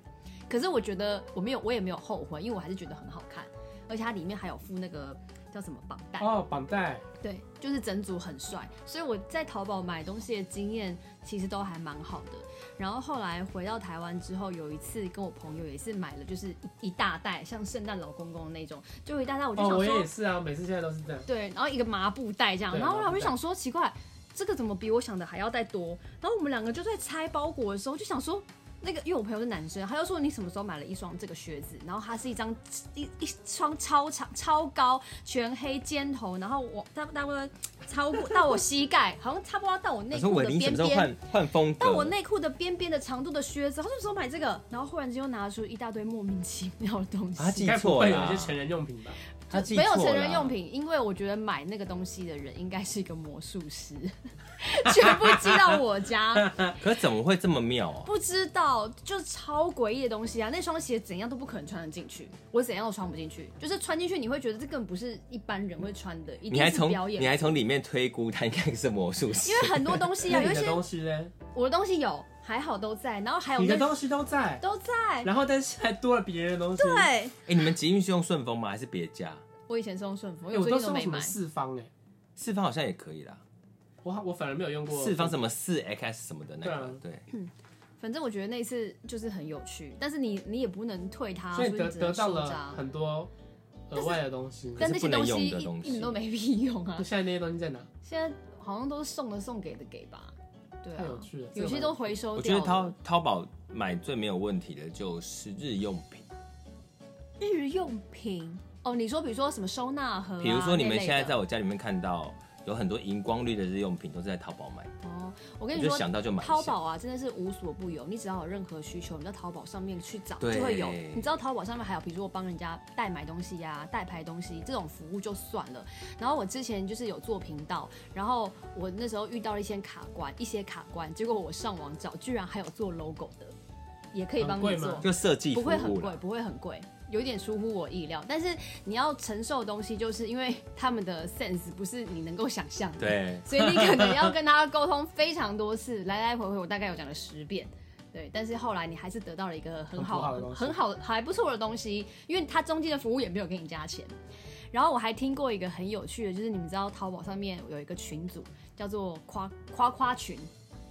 Speaker 1: 可是我觉得我没有，我也没有后悔，因为我还是觉得很好看，而且它里面还有附那个叫什么绑带，
Speaker 3: 哦，绑带，
Speaker 1: 对，就是整组很帅。所以我在淘宝买东西的经验其实都还蛮好的。然后后来回到台湾之后，有一次跟我朋友也是买了，就是一一大袋，像圣诞老公公那种，就一大袋，我就
Speaker 3: 哦，
Speaker 1: 想
Speaker 3: 我
Speaker 1: 说，
Speaker 3: 也是啊，每次现在都是这样。
Speaker 1: 对，然后一个麻布袋这样，
Speaker 3: 对
Speaker 1: 然后
Speaker 3: 麻
Speaker 1: 我
Speaker 3: 布
Speaker 1: 就
Speaker 3: 袋
Speaker 1: 想说奇怪，这个怎么比我想的还要再多？然后我们两个就在拆包裹的时候就想说。那个，因为我朋友是男生，他就说你什么时候买了一双这个靴子？然后它是一张一一双超长、超高、全黑尖头，然后我大大概超过到我膝盖，好像差不多到我内
Speaker 4: 啊我说
Speaker 1: 裤
Speaker 4: 伟
Speaker 1: 的
Speaker 4: 林什
Speaker 1: 边
Speaker 4: 么时候
Speaker 1: 边。
Speaker 4: 换换风格？啊
Speaker 1: 到我内裤的边边的长度的靴子，他说什么时候买这个？然后忽然间又拿出一大堆莫名其妙的东西。
Speaker 4: 啊记
Speaker 3: 该不
Speaker 4: 错
Speaker 3: 会
Speaker 4: 了
Speaker 3: 有一
Speaker 4: 啦，
Speaker 3: 些成人用品吧？
Speaker 4: 他记
Speaker 1: 没有
Speaker 3: 啊
Speaker 4: 错啊
Speaker 1: 成人
Speaker 4: 啦
Speaker 1: 用。品，因为我觉得买那个东西的人应该是一个魔术师， [LAUGHS] 全部寄到我家，
Speaker 4: 可怎么会这么妙啊？
Speaker 1: 不知道就是超诡异的东西啊！那双鞋怎样都不可能穿得进去，我怎样都穿不进去，就是穿进去你会觉得这根本不是一般人会穿的，一
Speaker 4: 你
Speaker 1: 定
Speaker 4: 还
Speaker 1: 是
Speaker 4: 从
Speaker 1: 表演
Speaker 4: 你。还从里面推估他应该是魔术师
Speaker 1: 因，
Speaker 4: [LAUGHS]
Speaker 1: 为很多东西
Speaker 3: 那
Speaker 1: 啊，
Speaker 3: 你
Speaker 1: 有一
Speaker 3: 的
Speaker 1: 些
Speaker 3: 东西呢？
Speaker 1: 我的东西有，还好都在，然后还有
Speaker 3: 你
Speaker 1: 那
Speaker 3: 的东西都在，
Speaker 1: 都在，
Speaker 3: 然后但是还多了别人的东西。哎，
Speaker 1: 对。
Speaker 4: 哎、你们集运是用顺丰吗？还是别家？
Speaker 1: 我以前是用顺丰，因为
Speaker 3: 我
Speaker 1: 最
Speaker 3: 都
Speaker 1: 近
Speaker 3: 是
Speaker 1: 都
Speaker 3: 用
Speaker 1: 没
Speaker 3: 什么
Speaker 1: 买。
Speaker 3: 四方哎，
Speaker 4: 四方好像也可以啦，
Speaker 3: 我我反而没有用过
Speaker 4: 四方什么四 X 什么的那个，对,、
Speaker 3: 啊
Speaker 1: 反正我觉得那一次就是很有趣，但是你你也不能退它，
Speaker 3: 所以
Speaker 1: 啊你
Speaker 3: 得
Speaker 1: 只
Speaker 3: 得
Speaker 1: 能
Speaker 3: 到
Speaker 1: 收
Speaker 3: 了
Speaker 1: 着。
Speaker 3: 很多额外的东西。
Speaker 1: 但那些东
Speaker 4: 可是不能
Speaker 1: 西
Speaker 4: 用的
Speaker 1: 一
Speaker 4: 东西
Speaker 1: 一点都没屁用啊
Speaker 3: 那！现在那些东西在哪？
Speaker 1: 现在好像都是送的送，给的给吧？对啊，
Speaker 3: 太有趣了
Speaker 1: 有些都回收
Speaker 4: 我觉
Speaker 1: 掉
Speaker 4: 得
Speaker 1: 了。
Speaker 4: 淘淘宝买最没有问题的就是日用品，
Speaker 1: 啊日用品哦，你说比如说什么收纳盒啊、
Speaker 4: 比如说你们现在在
Speaker 1: 那类
Speaker 4: 我家里面看到有很多荧光绿的日用品都是在淘宝买的，
Speaker 1: 的哦，我跟
Speaker 4: 我
Speaker 1: 你
Speaker 4: 就
Speaker 1: 说，
Speaker 4: 想到就买一下。
Speaker 1: 淘宝啊真的是无所不有，你只要有任何需求，你到淘宝上面去找就
Speaker 4: 对
Speaker 1: 会有。你知道淘宝上面还有，比如说我帮人家代买东西呀、代拍东西这种服务就算了。然后我之前就是有做频道，然后我那时候遇到了一些卡关，一些卡关，结果我上网找，居然还有做 logo 的，也可以帮
Speaker 3: 很贵
Speaker 1: 你
Speaker 3: 吗
Speaker 1: 做。
Speaker 4: 就设计服
Speaker 1: 不会很
Speaker 4: 务
Speaker 1: 贵
Speaker 4: 了，，
Speaker 1: 不会很贵，有点出乎我意料。但是你要承受的东西，就是因为他们的 sense 不是你能够想象的，
Speaker 4: 对，
Speaker 1: 所以你可能要跟他沟通非常多次，来来回回我大概有讲了十遍。对，但是后来你还是得到了一个很好、
Speaker 3: 很不好的东西
Speaker 1: 很好、还不错的东西，因为它中间的服务也没有给你加钱。然后我还听过一个很有趣的，就是你们知道淘宝上面有一个群组叫做夸夸夸群，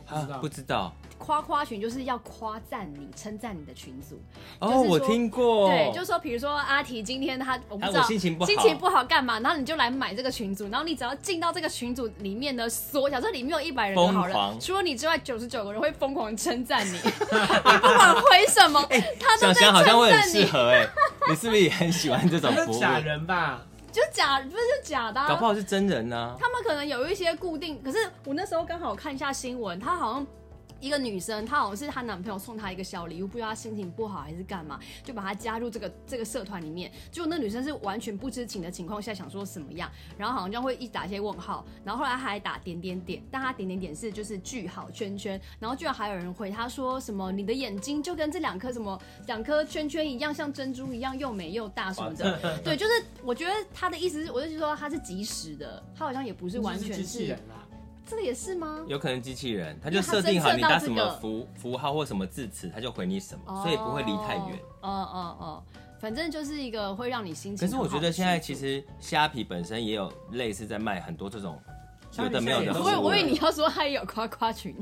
Speaker 3: 不知道
Speaker 4: 啊不知道
Speaker 1: 夸夸群就是要夸赞你、称赞你的群组。就是
Speaker 4: 哦，我
Speaker 1: 说
Speaker 4: 听过，
Speaker 1: 对，就说比如说阿提今天他我不知道、
Speaker 4: 啊我心情不好
Speaker 1: 好干嘛，然后你就来买这个群组，然后你只要进到这个群组里面的所，假设里面有一百人就好
Speaker 4: 疯
Speaker 1: 了，
Speaker 4: 狂
Speaker 1: 除了你之外，九十九个人会疯狂称
Speaker 4: [LAUGHS]
Speaker 1: 赞你，你不管回什么，他都
Speaker 4: 哎
Speaker 1: 在
Speaker 4: 想想好像
Speaker 1: 称
Speaker 4: 会很
Speaker 1: 赞
Speaker 4: 适
Speaker 1: 你，
Speaker 4: 合哎、你是不是也很喜欢这种
Speaker 3: [LAUGHS] 那
Speaker 4: 服务？
Speaker 3: 假人吧？
Speaker 1: 就假不是就假的、
Speaker 4: 搞不
Speaker 1: 啊。
Speaker 4: 好是真人呢、
Speaker 1: 他们可能有一些固定，可是我那时候刚好看一下新闻，她好像。一个女生，她好像是她男朋友送她一个小礼物，不知道她心情不好还是干嘛，就把她加入这个这个社团里面。结果那女生是完全不知情的情况下想说什么样，然后好像就会一直打一些问号，然后后来她还打点点点，但她点点点是就是句号圈圈，然后居然还有人回她说什么你的眼睛就跟这两颗什么两颗圈圈一样，像珍珠一样又美又大什么的。对，就是我觉得她的意思是，我就是说她是及时的，她好像也不是完
Speaker 3: 就是
Speaker 1: 全
Speaker 3: 机器
Speaker 1: 是
Speaker 3: 人啦。
Speaker 1: 这个也是吗？
Speaker 4: 有可能机器人，他
Speaker 1: 因为
Speaker 4: 就
Speaker 1: 它
Speaker 4: 设定好
Speaker 1: 侦测
Speaker 4: 你
Speaker 1: 到
Speaker 4: 打
Speaker 1: 这
Speaker 4: 什么
Speaker 1: 个
Speaker 4: 符符号或什么字词，他就回你什么，所以不会离太远。
Speaker 1: 哦。哦哦哦，反正就是一个会让你心情
Speaker 4: 可
Speaker 1: 很
Speaker 4: 是
Speaker 1: 好
Speaker 4: 我
Speaker 1: 的事情。
Speaker 4: 觉得现在其实虾皮本身也有类似在卖很多这种
Speaker 3: 虾皮
Speaker 4: 有的没有
Speaker 3: 现
Speaker 4: 的
Speaker 3: 在
Speaker 4: 服
Speaker 3: 也
Speaker 4: 务。
Speaker 3: 都
Speaker 1: 我以
Speaker 3: 是
Speaker 1: 我以为你要说还有夸夸群，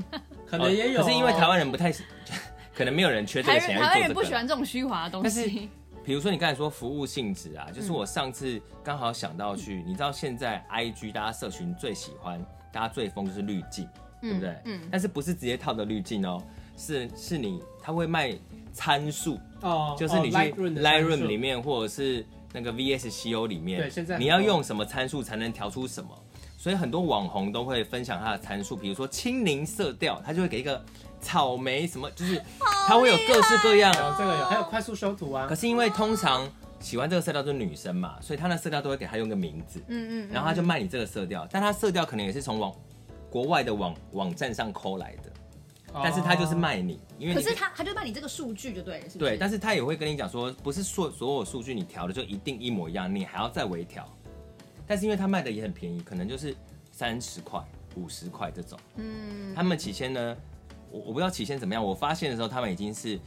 Speaker 3: 可能也有，啊
Speaker 4: 哦可是因为台湾人不太， [LAUGHS] 可能没有人缺这
Speaker 1: 台
Speaker 4: 个
Speaker 1: 湾
Speaker 4: 钱
Speaker 1: 台湾
Speaker 4: 来
Speaker 1: 人
Speaker 4: 做
Speaker 1: 不
Speaker 4: 这
Speaker 1: 喜
Speaker 4: 个。
Speaker 1: 欢这种虚华的东西。
Speaker 4: 比如说你刚才说服务性质啊，
Speaker 1: 嗯
Speaker 4: 就是我上次刚好想到去，你知道现在 I G 大家社群最喜欢，大家最疯就是滤镜，对不对？
Speaker 1: 嗯
Speaker 4: 但是不是直接套的滤镜哦，是是你他会卖参数，
Speaker 3: 哦，
Speaker 4: 就是你去 Lightroom
Speaker 3: Lightroom
Speaker 4: 里，面，或者是那个 VSCO 里面，
Speaker 3: 对现在很
Speaker 4: 你要
Speaker 3: 多
Speaker 4: 用什么参数才能调出什么。所以很多网红都会分享他的参数，比如说青柠色调，他就会给一个草莓什么，就是他会有各式各样。
Speaker 3: 有哦这个有，还有快速修图啊
Speaker 4: 可，是因为通常喜欢这个色调就是女生嘛，所以她的色调都会给她用个名字，
Speaker 1: 嗯嗯，
Speaker 4: 然后她就卖你这个色调，但她色调可能也是从网国外的网网站上抠来的，但是她就是
Speaker 3: 哦
Speaker 4: 卖你，因为
Speaker 1: 可
Speaker 4: 你
Speaker 1: 是他他就卖你这个数据就对了，是不是？
Speaker 4: 对，但是她也会跟你讲说，不是所所有数据你调的就一定一模一样，你还要再微调。但是因为她卖的也很便宜，可能就是三十块、五十块这种。
Speaker 1: 嗯，
Speaker 4: 他们起先呢，我我不知道起先怎么样，我发现的时候他们已经是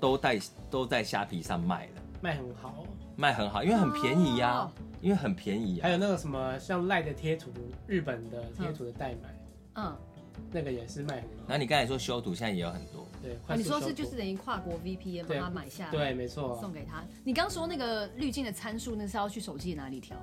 Speaker 4: 都在都在虾皮上卖了，
Speaker 3: 哦卖很好。
Speaker 4: 卖很好，因为很便宜呀、
Speaker 1: 哦
Speaker 4: 因为很便宜
Speaker 3: 还
Speaker 4: 呀、
Speaker 3: 有那个什么像赖的贴图，日本的贴图的代买，
Speaker 1: 嗯，
Speaker 3: 那个也是卖很
Speaker 4: 然后
Speaker 3: 好。
Speaker 4: 你刚才说修图现在也有很多，
Speaker 3: 对，快
Speaker 1: 哦你
Speaker 3: 速
Speaker 1: 说
Speaker 3: 修
Speaker 1: 是就
Speaker 3: 图
Speaker 1: 是等于跨国 VPN 把
Speaker 3: 对
Speaker 1: 它买下来，
Speaker 3: 对，没错
Speaker 1: 送。给他。你刚说那个滤镜的参数，那是要去手机哪里调？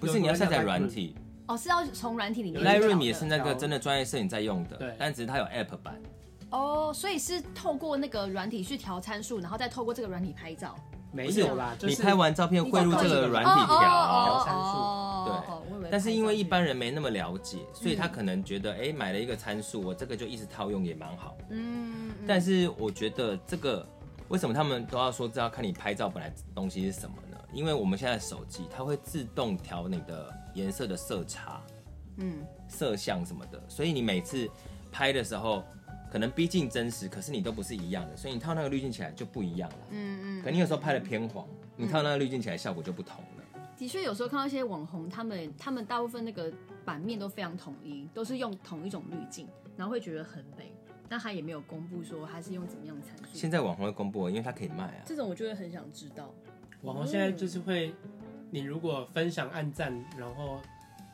Speaker 4: 不是你要下载软体
Speaker 1: 哦，是要从软体里面去调的。
Speaker 4: ，Lightroom 也是那个真的专业摄影在用的
Speaker 3: 对，
Speaker 4: 但只是它有 App 版，
Speaker 1: 哦，所以是透过那个软体去调参数，然后再透过这个软体拍照。
Speaker 3: 没
Speaker 4: 不是
Speaker 3: 有啦，就是
Speaker 4: 你拍完照片汇入这个软体
Speaker 1: 哦
Speaker 4: 条
Speaker 1: 哦哦。
Speaker 3: 参数
Speaker 1: 哦
Speaker 4: 对
Speaker 1: 哦我以为
Speaker 4: 但是因为
Speaker 1: 拍照
Speaker 4: 一般人没那么了解，所以他
Speaker 1: 嗯
Speaker 4: 可能觉得，哎、买了一个参数，我这个就一直套用也蛮好。
Speaker 1: 嗯，嗯
Speaker 4: 但是我觉得这个为什么他们都要说这要看你拍照本来东西是什么呢？因为我们现在手机它会自动调你的颜色的色差、
Speaker 1: 嗯
Speaker 4: 色相什么的，所以你每次拍的时候可能逼近真实，可是你都不是一样的，所以你套那个滤镜起来就不一样了。
Speaker 1: 嗯嗯嗯
Speaker 4: 可你有时候拍的偏黄，你套那个滤镜起来效果就不同了。
Speaker 1: 的确，有时候看到一些网红，他们他们大部分那个版面都非常统一，都是用同一种滤镜，然后会觉得很美，但他也没有公布说他是用怎么样的参数
Speaker 4: 现。在网红会公布，因为它可以卖啊。
Speaker 1: 这种我就会很想知道。
Speaker 3: 网红现在就是会，你如果分享、按赞，然后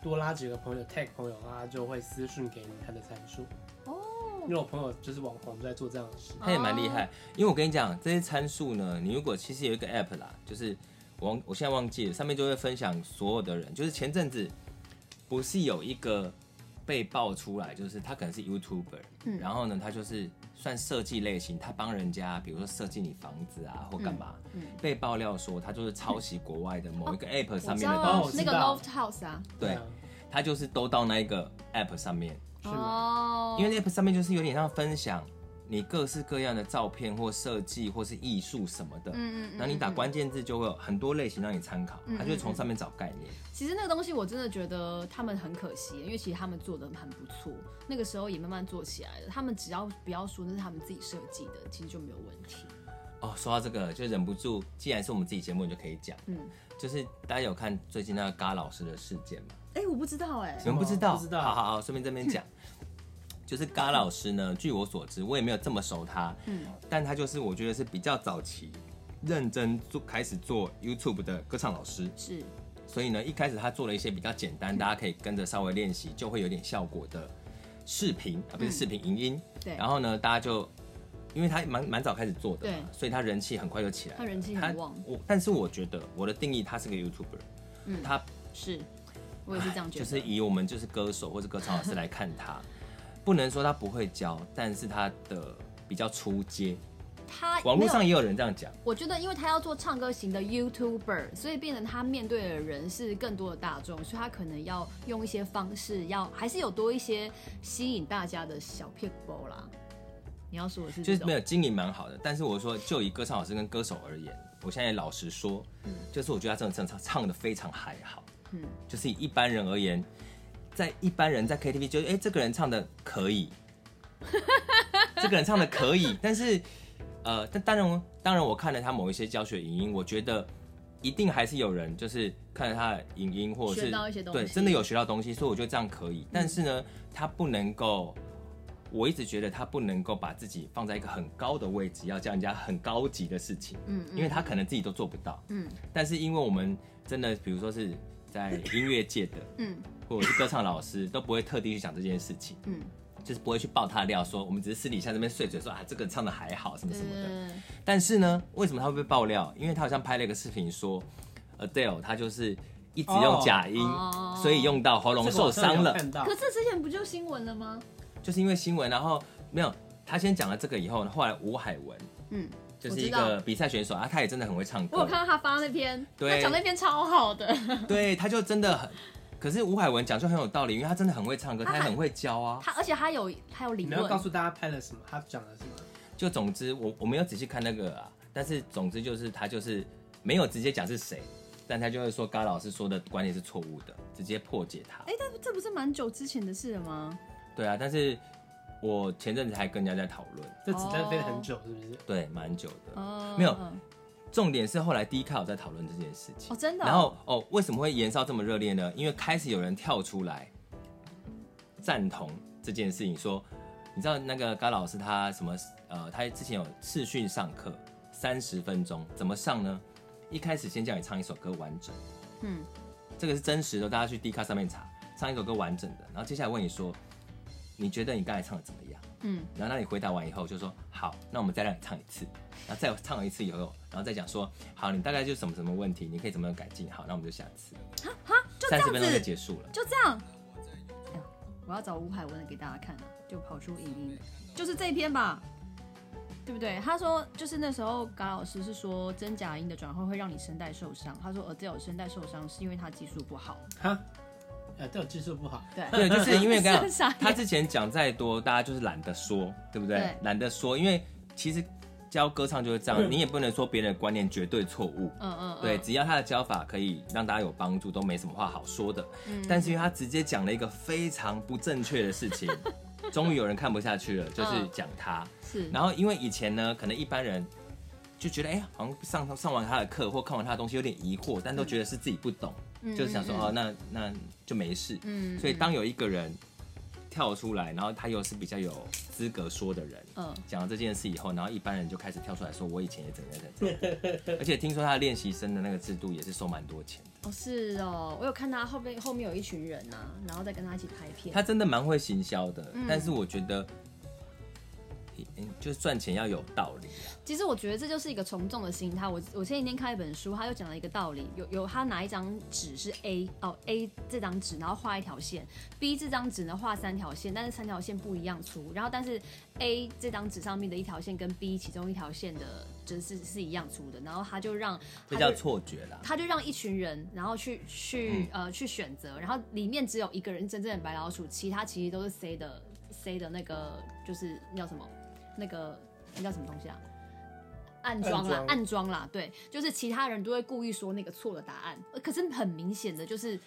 Speaker 3: 多拉几个朋友、tag 朋友，他就会私讯给你他的参数。哦，因为我朋友就是网红，就在做这样的事。
Speaker 4: 他也蛮厉
Speaker 1: 哦
Speaker 4: 害，因为我跟你讲，这些参数呢，你如果其实有一个 app 啦，就是我忘我现在忘记了，上面就会分享所有的人。就是前阵子不是有一个被爆出来，就是他可能是 YouTuber，、
Speaker 1: 嗯
Speaker 4: 然后呢，他就是算设计类型，他帮人家比如说设计你房子啊或干嘛，
Speaker 1: 嗯嗯
Speaker 4: 被爆料说他就是抄袭国外的某一个 app
Speaker 1: 我
Speaker 4: 上
Speaker 1: 知
Speaker 4: 面的
Speaker 1: 道
Speaker 4: 东
Speaker 3: 哦
Speaker 4: 西，
Speaker 3: 我
Speaker 1: 那
Speaker 3: 知
Speaker 1: 个
Speaker 3: 道
Speaker 1: Loft House 啊，
Speaker 4: 对
Speaker 3: 啊，
Speaker 4: 他就是都到那一个 app 上面。
Speaker 3: 是吗？
Speaker 1: 哦，
Speaker 4: 因为 app 上面就是有点像分享你各式各样的照片或设计或是艺术什么的，
Speaker 1: 嗯嗯嗯
Speaker 4: 然后你打关键字就会有很多类型让你参考，它就会从上面找概念。
Speaker 1: 其实那个东西我真的觉得他们很可惜，因为其实他们做的很不错，那个时候也慢慢做起来了。他们只要不要说那是他们自己设计的，其实就没有问题。
Speaker 4: 哦，说到这个就忍不住，既然是我们自己节目，你就可以讲，
Speaker 1: 嗯，
Speaker 4: 就是大家有看最近那个嘎老师的事件吗？
Speaker 1: 哎、我不知道哎、
Speaker 4: 你们不知道？
Speaker 3: 不知道
Speaker 4: 好好好，顺便这边讲，就是嘎老师呢，据我所知，我也没有这么熟他，
Speaker 1: 嗯
Speaker 4: 但他就是我觉得是比较早期认真做开始做 YouTube 的歌唱老师，
Speaker 1: 是，
Speaker 4: 所以呢，一开始他做了一些比较简
Speaker 1: 嗯
Speaker 4: 单，大家可以跟着稍微练习，就会有点效果的视频啊，不是视频影音。
Speaker 1: 嗯对
Speaker 4: 然后呢，大家就因为他蛮蛮早开始做的嘛
Speaker 1: 对，
Speaker 4: 所以他人气很快就起来了。
Speaker 1: 他人气很旺
Speaker 4: 我但是我觉得我的定义，他是个 YouTuber，、
Speaker 1: 嗯
Speaker 4: 他
Speaker 1: 是，我也是这样觉
Speaker 4: 就
Speaker 1: 得。
Speaker 4: 是以我们就是歌手或者歌唱老师来看他， [LAUGHS] 不能说他不会教，但是他的比较出街。
Speaker 1: 他
Speaker 4: 网
Speaker 1: 没
Speaker 4: 络
Speaker 1: 有
Speaker 4: 上也有人这样讲，
Speaker 1: 我觉得，因为他要做唱歌型的 YouTuber，所以变成他面对的人是更多的大众，所以他可能要用一些方式要，还是有多一些吸引大家的小撇步啦。你要说我是
Speaker 4: 就
Speaker 1: 这
Speaker 4: 是没
Speaker 1: 种
Speaker 4: 有经营蛮好的，但是我说就以歌唱老师跟歌手而言，我现在也老实说，就是我觉得他真的唱唱唱的非常还好，
Speaker 1: 嗯
Speaker 4: 就是以一般人而言，在一般人在 KTV 就哎、诶这个人唱的
Speaker 1: [LAUGHS]
Speaker 4: 可以，这个人唱的可以，但是呃，但当然当然我看了他某一些教学影音，我觉得。一定还是有人就是看了他的影音，或者是
Speaker 1: 学到一些东西
Speaker 4: 对，真的有学到东西，所以我觉得这样可以。但是呢，他不能够我一直觉得他不能够把自己放在一个很高的位置，要教人家很高级的事情，
Speaker 1: 嗯嗯
Speaker 4: 因为他可能自己都做不到。
Speaker 1: 嗯
Speaker 4: 但是因为我们真的，比如说是在音乐界的，
Speaker 1: 嗯
Speaker 4: 或者是歌唱老师，都不会特地去讲这件事情，
Speaker 1: 嗯，
Speaker 4: 就是不会去爆他料，说我们只是私底下这边碎嘴说啊，这个唱的还好什么
Speaker 1: 对
Speaker 4: 什么的。
Speaker 1: 对
Speaker 4: 但是呢，为什么他会被爆料？因为他好像拍了一个视频说，Adele 他就是一直用假音，
Speaker 1: 哦
Speaker 4: 所以用到喉咙
Speaker 3: 这个
Speaker 4: 受
Speaker 3: 我上
Speaker 4: 伤
Speaker 3: 有
Speaker 4: 了。
Speaker 3: 看到
Speaker 1: 可是之前不就新闻了吗？
Speaker 4: 就是因为新闻，然后没有他先讲了这个以后呢，后来吴海文
Speaker 1: 嗯，
Speaker 4: 就是
Speaker 1: 我
Speaker 4: 一
Speaker 1: 知
Speaker 4: 个
Speaker 1: 道
Speaker 4: 比赛选手啊，他也真的很会唱
Speaker 1: 我有
Speaker 4: 歌
Speaker 1: 看，到他发那篇，
Speaker 4: 对
Speaker 1: 他讲那篇超好的，
Speaker 4: 对，他就真的很可是吴海文讲就很有道理，因为他真的很会唱歌，他也很会教啊。
Speaker 1: 他而且他有他有理
Speaker 3: 你们要
Speaker 1: 论
Speaker 3: 告，诉大家拍了什么，他讲了什么。
Speaker 4: 就总之，我我没有仔细看那个啊，但是总之就是他就是没有直接讲是谁，但他就会说高老师说的观点是错误的，直接破解他。
Speaker 1: 哎这这不是蛮久之前的事了吗？
Speaker 4: 对啊，但是我前阵子还跟人家在讨论，
Speaker 3: 这子弹飞了很久，是不是？
Speaker 4: 对，蛮久的。
Speaker 1: 哦
Speaker 4: 没有
Speaker 1: 嗯
Speaker 4: 重点是后来 D 卡有在讨论这件事情
Speaker 1: 哦，，真的哦。
Speaker 4: 然后哦，为什么会延烧这么热烈呢？因为开始有人跳出来赞同这件事情，说你知道那个高老师他什么呃，他之前有视讯上课三十分钟，怎么上呢？一开始先叫你唱一首歌完整，
Speaker 1: 嗯，
Speaker 4: 这个是真实的，大家去 D 卡上面查，唱一首歌完整的，然后接下来问你说，你觉得你刚才唱的怎么样？
Speaker 1: 嗯，
Speaker 4: 然后那你回答完以后就说好，那我们再让你唱一次，然后再唱了一次以后，然后再讲说好，你大概就是什么什么问题，你可以怎么样改进，好，那我们就下次，
Speaker 1: 就这
Speaker 4: 三
Speaker 1: 样
Speaker 4: 十分钟就
Speaker 1: 子，
Speaker 4: 结
Speaker 1: [LAUGHS]
Speaker 4: 束了。
Speaker 1: 就这样。哎呦我要找吴海文的给大家看啊，就跑出影音的，就是这一篇吧，对不对？他说，就是那时候嘎老师是说真假音的转换会让你声带受伤，他说 Adele 声带受伤是因为他技术不好，
Speaker 3: 哈，呃，对我技术不好，
Speaker 1: 对，
Speaker 4: 对，就是因为刚
Speaker 1: [LAUGHS] 是傻眼嗯
Speaker 4: 刚他之前讲再多，大家就是懒得说，对不
Speaker 1: 对
Speaker 4: 对？懒得说，因为其实教歌唱就是这样，
Speaker 3: 嗯
Speaker 4: 你也不能说别人的观念绝对错误。
Speaker 1: 嗯嗯，嗯
Speaker 4: 对，，只要他的教法可以让大家有帮助，都没什么话好说的。
Speaker 1: 嗯
Speaker 4: 但是因为他直接讲了一个非常不正确的
Speaker 1: [LAUGHS]
Speaker 4: 事情，终于有人看不下去了，就是
Speaker 1: 嗯
Speaker 4: 讲他。
Speaker 1: 是，
Speaker 4: 然后因为以前呢，可能一般人就觉得，哎、好像上上完他的课或看完他的东西有点疑惑，但
Speaker 1: 嗯
Speaker 4: 都觉得是自己不懂，就是想说，哦，那那就没事。
Speaker 1: 嗯
Speaker 4: 所以当有一个人跳出来，然后他又是比较有资格说的人，
Speaker 1: 嗯，
Speaker 4: 讲了这件事以后，然后一般人就开始跳出来说，我以前也怎样怎样
Speaker 1: [LAUGHS]
Speaker 4: 怎样，而且听说他的练习生的那个制度也是收蛮多钱的，
Speaker 1: 哦是哦，我有看他后面后面有一群人呐、然后再跟他一起拍片，
Speaker 4: 他真的蛮会行销的，但是我觉得。嗯就是赚钱要有道理啊，
Speaker 1: 其实我觉得这就是一个从众的心态。我我前几天看一本书，他就讲了一个道理，有有他拿一张纸是 A 哦 A 这张纸，然后画一条线，B 这张纸呢画三条线，但是三条线不一样粗，然后但是 A 这张纸上面的一条线跟 B 其中一条线的就是是一样粗的，然后他就让
Speaker 4: 这
Speaker 1: 他
Speaker 4: 叫
Speaker 1: 就
Speaker 4: 错觉啦。
Speaker 1: 他就让一群人，然后去去、呃去选择，然后里面只有一个人真正的白老鼠，其他其实都是 C 的 C 的那个就是那叫什么那个那叫什么东西啊？暗装啦，
Speaker 3: 暗装
Speaker 1: 暗装啦，对，就是其他人都会故意说那个错的答案，呃可是很明显的就是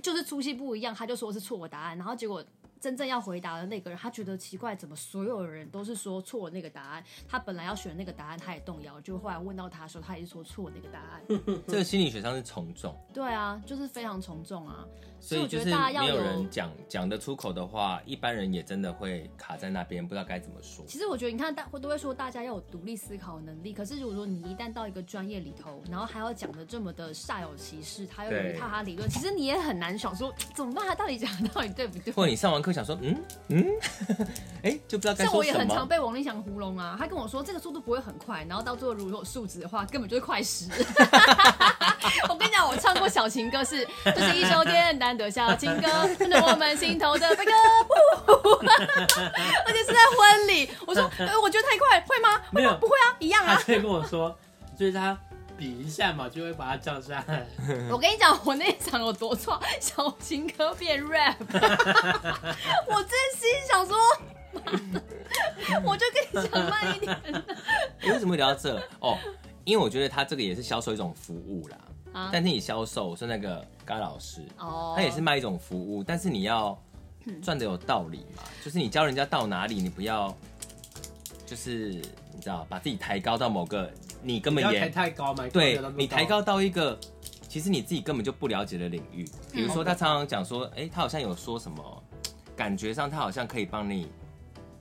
Speaker 1: 就是粗细不一样，他就说是错的答案，然后结果真正要回答的那个人，他觉得奇怪，怎么所有人都是说错那个答案，他本来要选那个答案，他也动摇，就后来问到他的时候，他也是说错那个答案，
Speaker 4: 这个心理学上是从众，
Speaker 1: 对啊，就是非常从众啊，
Speaker 4: 所
Speaker 1: 以
Speaker 4: 以
Speaker 1: 我
Speaker 4: 就
Speaker 1: 觉
Speaker 4: 是
Speaker 1: 得大家
Speaker 4: 没
Speaker 1: 要
Speaker 4: 有人讲讲得出口的话，一般人也真的会卡在那边，不知道该怎么说。
Speaker 1: 其实我觉得，你看大我都会说大家要有独立思考能力，可是如果说你一旦到一个专业里头，然后还要讲的这么的煞有其事，他又有
Speaker 4: 对
Speaker 1: 一套他理论，其实你也很难想说怎么办，他到底讲的到底对不对？
Speaker 4: 或者你上完课想说，嗯 [LAUGHS] 嗯，哎、就不知道该
Speaker 1: 像
Speaker 4: 说
Speaker 1: 我也
Speaker 4: 什
Speaker 1: 很常
Speaker 4: 么。
Speaker 1: 被王立祥糊弄啊，他跟我说这个速度不会很快，然后到最后如果有数值的话，根本就是快
Speaker 4: [LAUGHS]
Speaker 1: 十。我跟你讲，我唱过小情歌是， [LAUGHS] 这是一首简单的小情歌，真的我们心头的
Speaker 4: [LAUGHS]
Speaker 1: 悲歌，呜而且是在婚礼。我
Speaker 4: [LAUGHS]
Speaker 1: 说，呃，我觉得太快，会吗？
Speaker 3: 没有
Speaker 1: 不会啊，一样
Speaker 3: 他
Speaker 1: 啊。
Speaker 3: 直接跟我说，就是他比一下嘛，就会把它降下来。
Speaker 1: [LAUGHS] 我跟你讲，我那一场有多错，小情歌变
Speaker 4: [LAUGHS]
Speaker 1: rap，我真心想说， [LAUGHS] 妈的我就跟你讲慢一点
Speaker 4: 诶哎为什么会聊到这？哦，因为我觉得他这个也是销售一种服务啦。
Speaker 1: 啊。
Speaker 4: 但是你销售，我说那个高老师，
Speaker 1: 哦嗯
Speaker 4: 他也是卖一种服务，但是你要赚的有道理嘛，就是你教人家到哪里，你不要就是你知道把自己抬高到某个你根
Speaker 3: 不
Speaker 4: 本
Speaker 3: 要
Speaker 4: 也
Speaker 3: 抬太高嘛，
Speaker 4: 对
Speaker 3: 高不了那么
Speaker 4: 你抬，高到一个其实你自己根本就不了解的领域，比如说他常常讲说，哎、他好像有说什么，感觉上他好像可以帮你。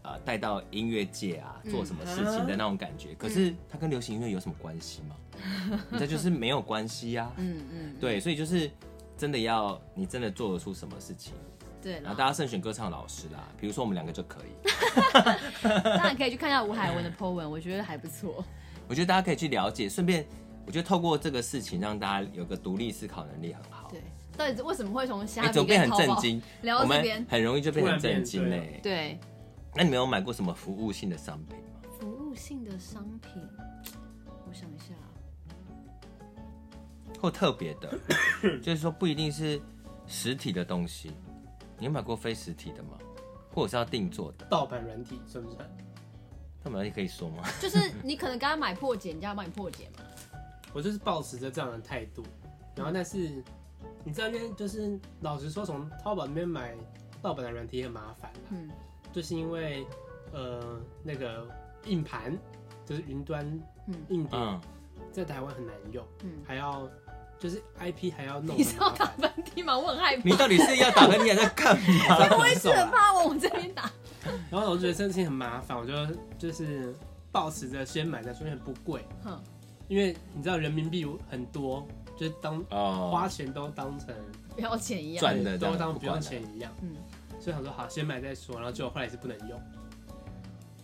Speaker 4: 呃，带到音乐界啊，做什么事情的那种感觉，可是他跟流行音乐有什么关系吗？这就是没有关系呀、啊。
Speaker 1: 嗯嗯，
Speaker 4: 对，所以就是真的要你真的做得出什么事情，
Speaker 1: 对
Speaker 4: 然
Speaker 1: 啦
Speaker 4: 后，大家慎选歌唱老师啦，比如说我们两个就可以。
Speaker 1: 当然可以去看一下吴
Speaker 4: [LAUGHS]
Speaker 1: 海文的 po 文，我觉得还不错。
Speaker 4: 我觉得大家可以去了解，顺便我觉得透过这个事情让大家有个独立思考能力很好。
Speaker 1: 对，到底为什么会从虾
Speaker 4: 哎，怎
Speaker 1: 皮
Speaker 4: 么变
Speaker 1: 跟
Speaker 4: 很
Speaker 1: 淘
Speaker 4: 震
Speaker 1: 宝
Speaker 4: 惊？
Speaker 1: [LAUGHS] 聊
Speaker 4: 我
Speaker 1: 到这
Speaker 4: 们
Speaker 1: 边？
Speaker 4: 很容易就变很震惊
Speaker 3: 突
Speaker 4: 嘞、
Speaker 3: 然变
Speaker 1: 对，
Speaker 4: 那你们有买过什么服务性的商品吗？
Speaker 1: 服务性的商品，我想一下，
Speaker 3: [COUGHS]
Speaker 4: 或特别的，就是说不一定是实体的东西，你有买过非实体的吗？或者是要定做的？
Speaker 3: 盗版软体算不算？
Speaker 4: 那么你可以说吗？
Speaker 1: 就是你可能刚刚买破解，人家帮你破解嘛。
Speaker 3: 我就是抱持着这样的态度，然后但是你知道，因为就是老实说，从淘宝那边买盗版的软体也很麻烦啦，
Speaker 1: 嗯，
Speaker 3: 就是因为呃那个硬盘就是云端
Speaker 1: 嗯
Speaker 3: 硬碟、
Speaker 4: 嗯，
Speaker 3: 在台湾很难用，
Speaker 1: 嗯
Speaker 3: 还要就是 IP 还要
Speaker 1: [LAUGHS]
Speaker 3: 弄
Speaker 1: 你是
Speaker 3: 很
Speaker 1: 要
Speaker 3: 麻
Speaker 1: 打
Speaker 3: 烦，
Speaker 1: 喷嚏吗？我很害怕，
Speaker 4: [LAUGHS] 你到底是要打喷嚏还在干嘛？
Speaker 1: [LAUGHS]
Speaker 3: [LAUGHS]
Speaker 1: 我也是
Speaker 3: 手
Speaker 4: 啊
Speaker 3: 啦
Speaker 1: 很怕往我这边打。
Speaker 3: 然后我就觉得这件事情很麻烦，我就就是抱持着先买再说，因为很不贵，
Speaker 1: [LAUGHS] 哼，
Speaker 3: 因为你知道人民币很多，就是当花
Speaker 4: 哦，
Speaker 3: 钱都当成
Speaker 1: 不要钱一样。
Speaker 4: 赚的这
Speaker 3: 都
Speaker 4: 样
Speaker 3: 当
Speaker 4: 不
Speaker 3: 不用
Speaker 4: 管了
Speaker 3: 钱一样，
Speaker 1: 嗯
Speaker 3: 所以想说好先买再说，然后结果后来也是不能用。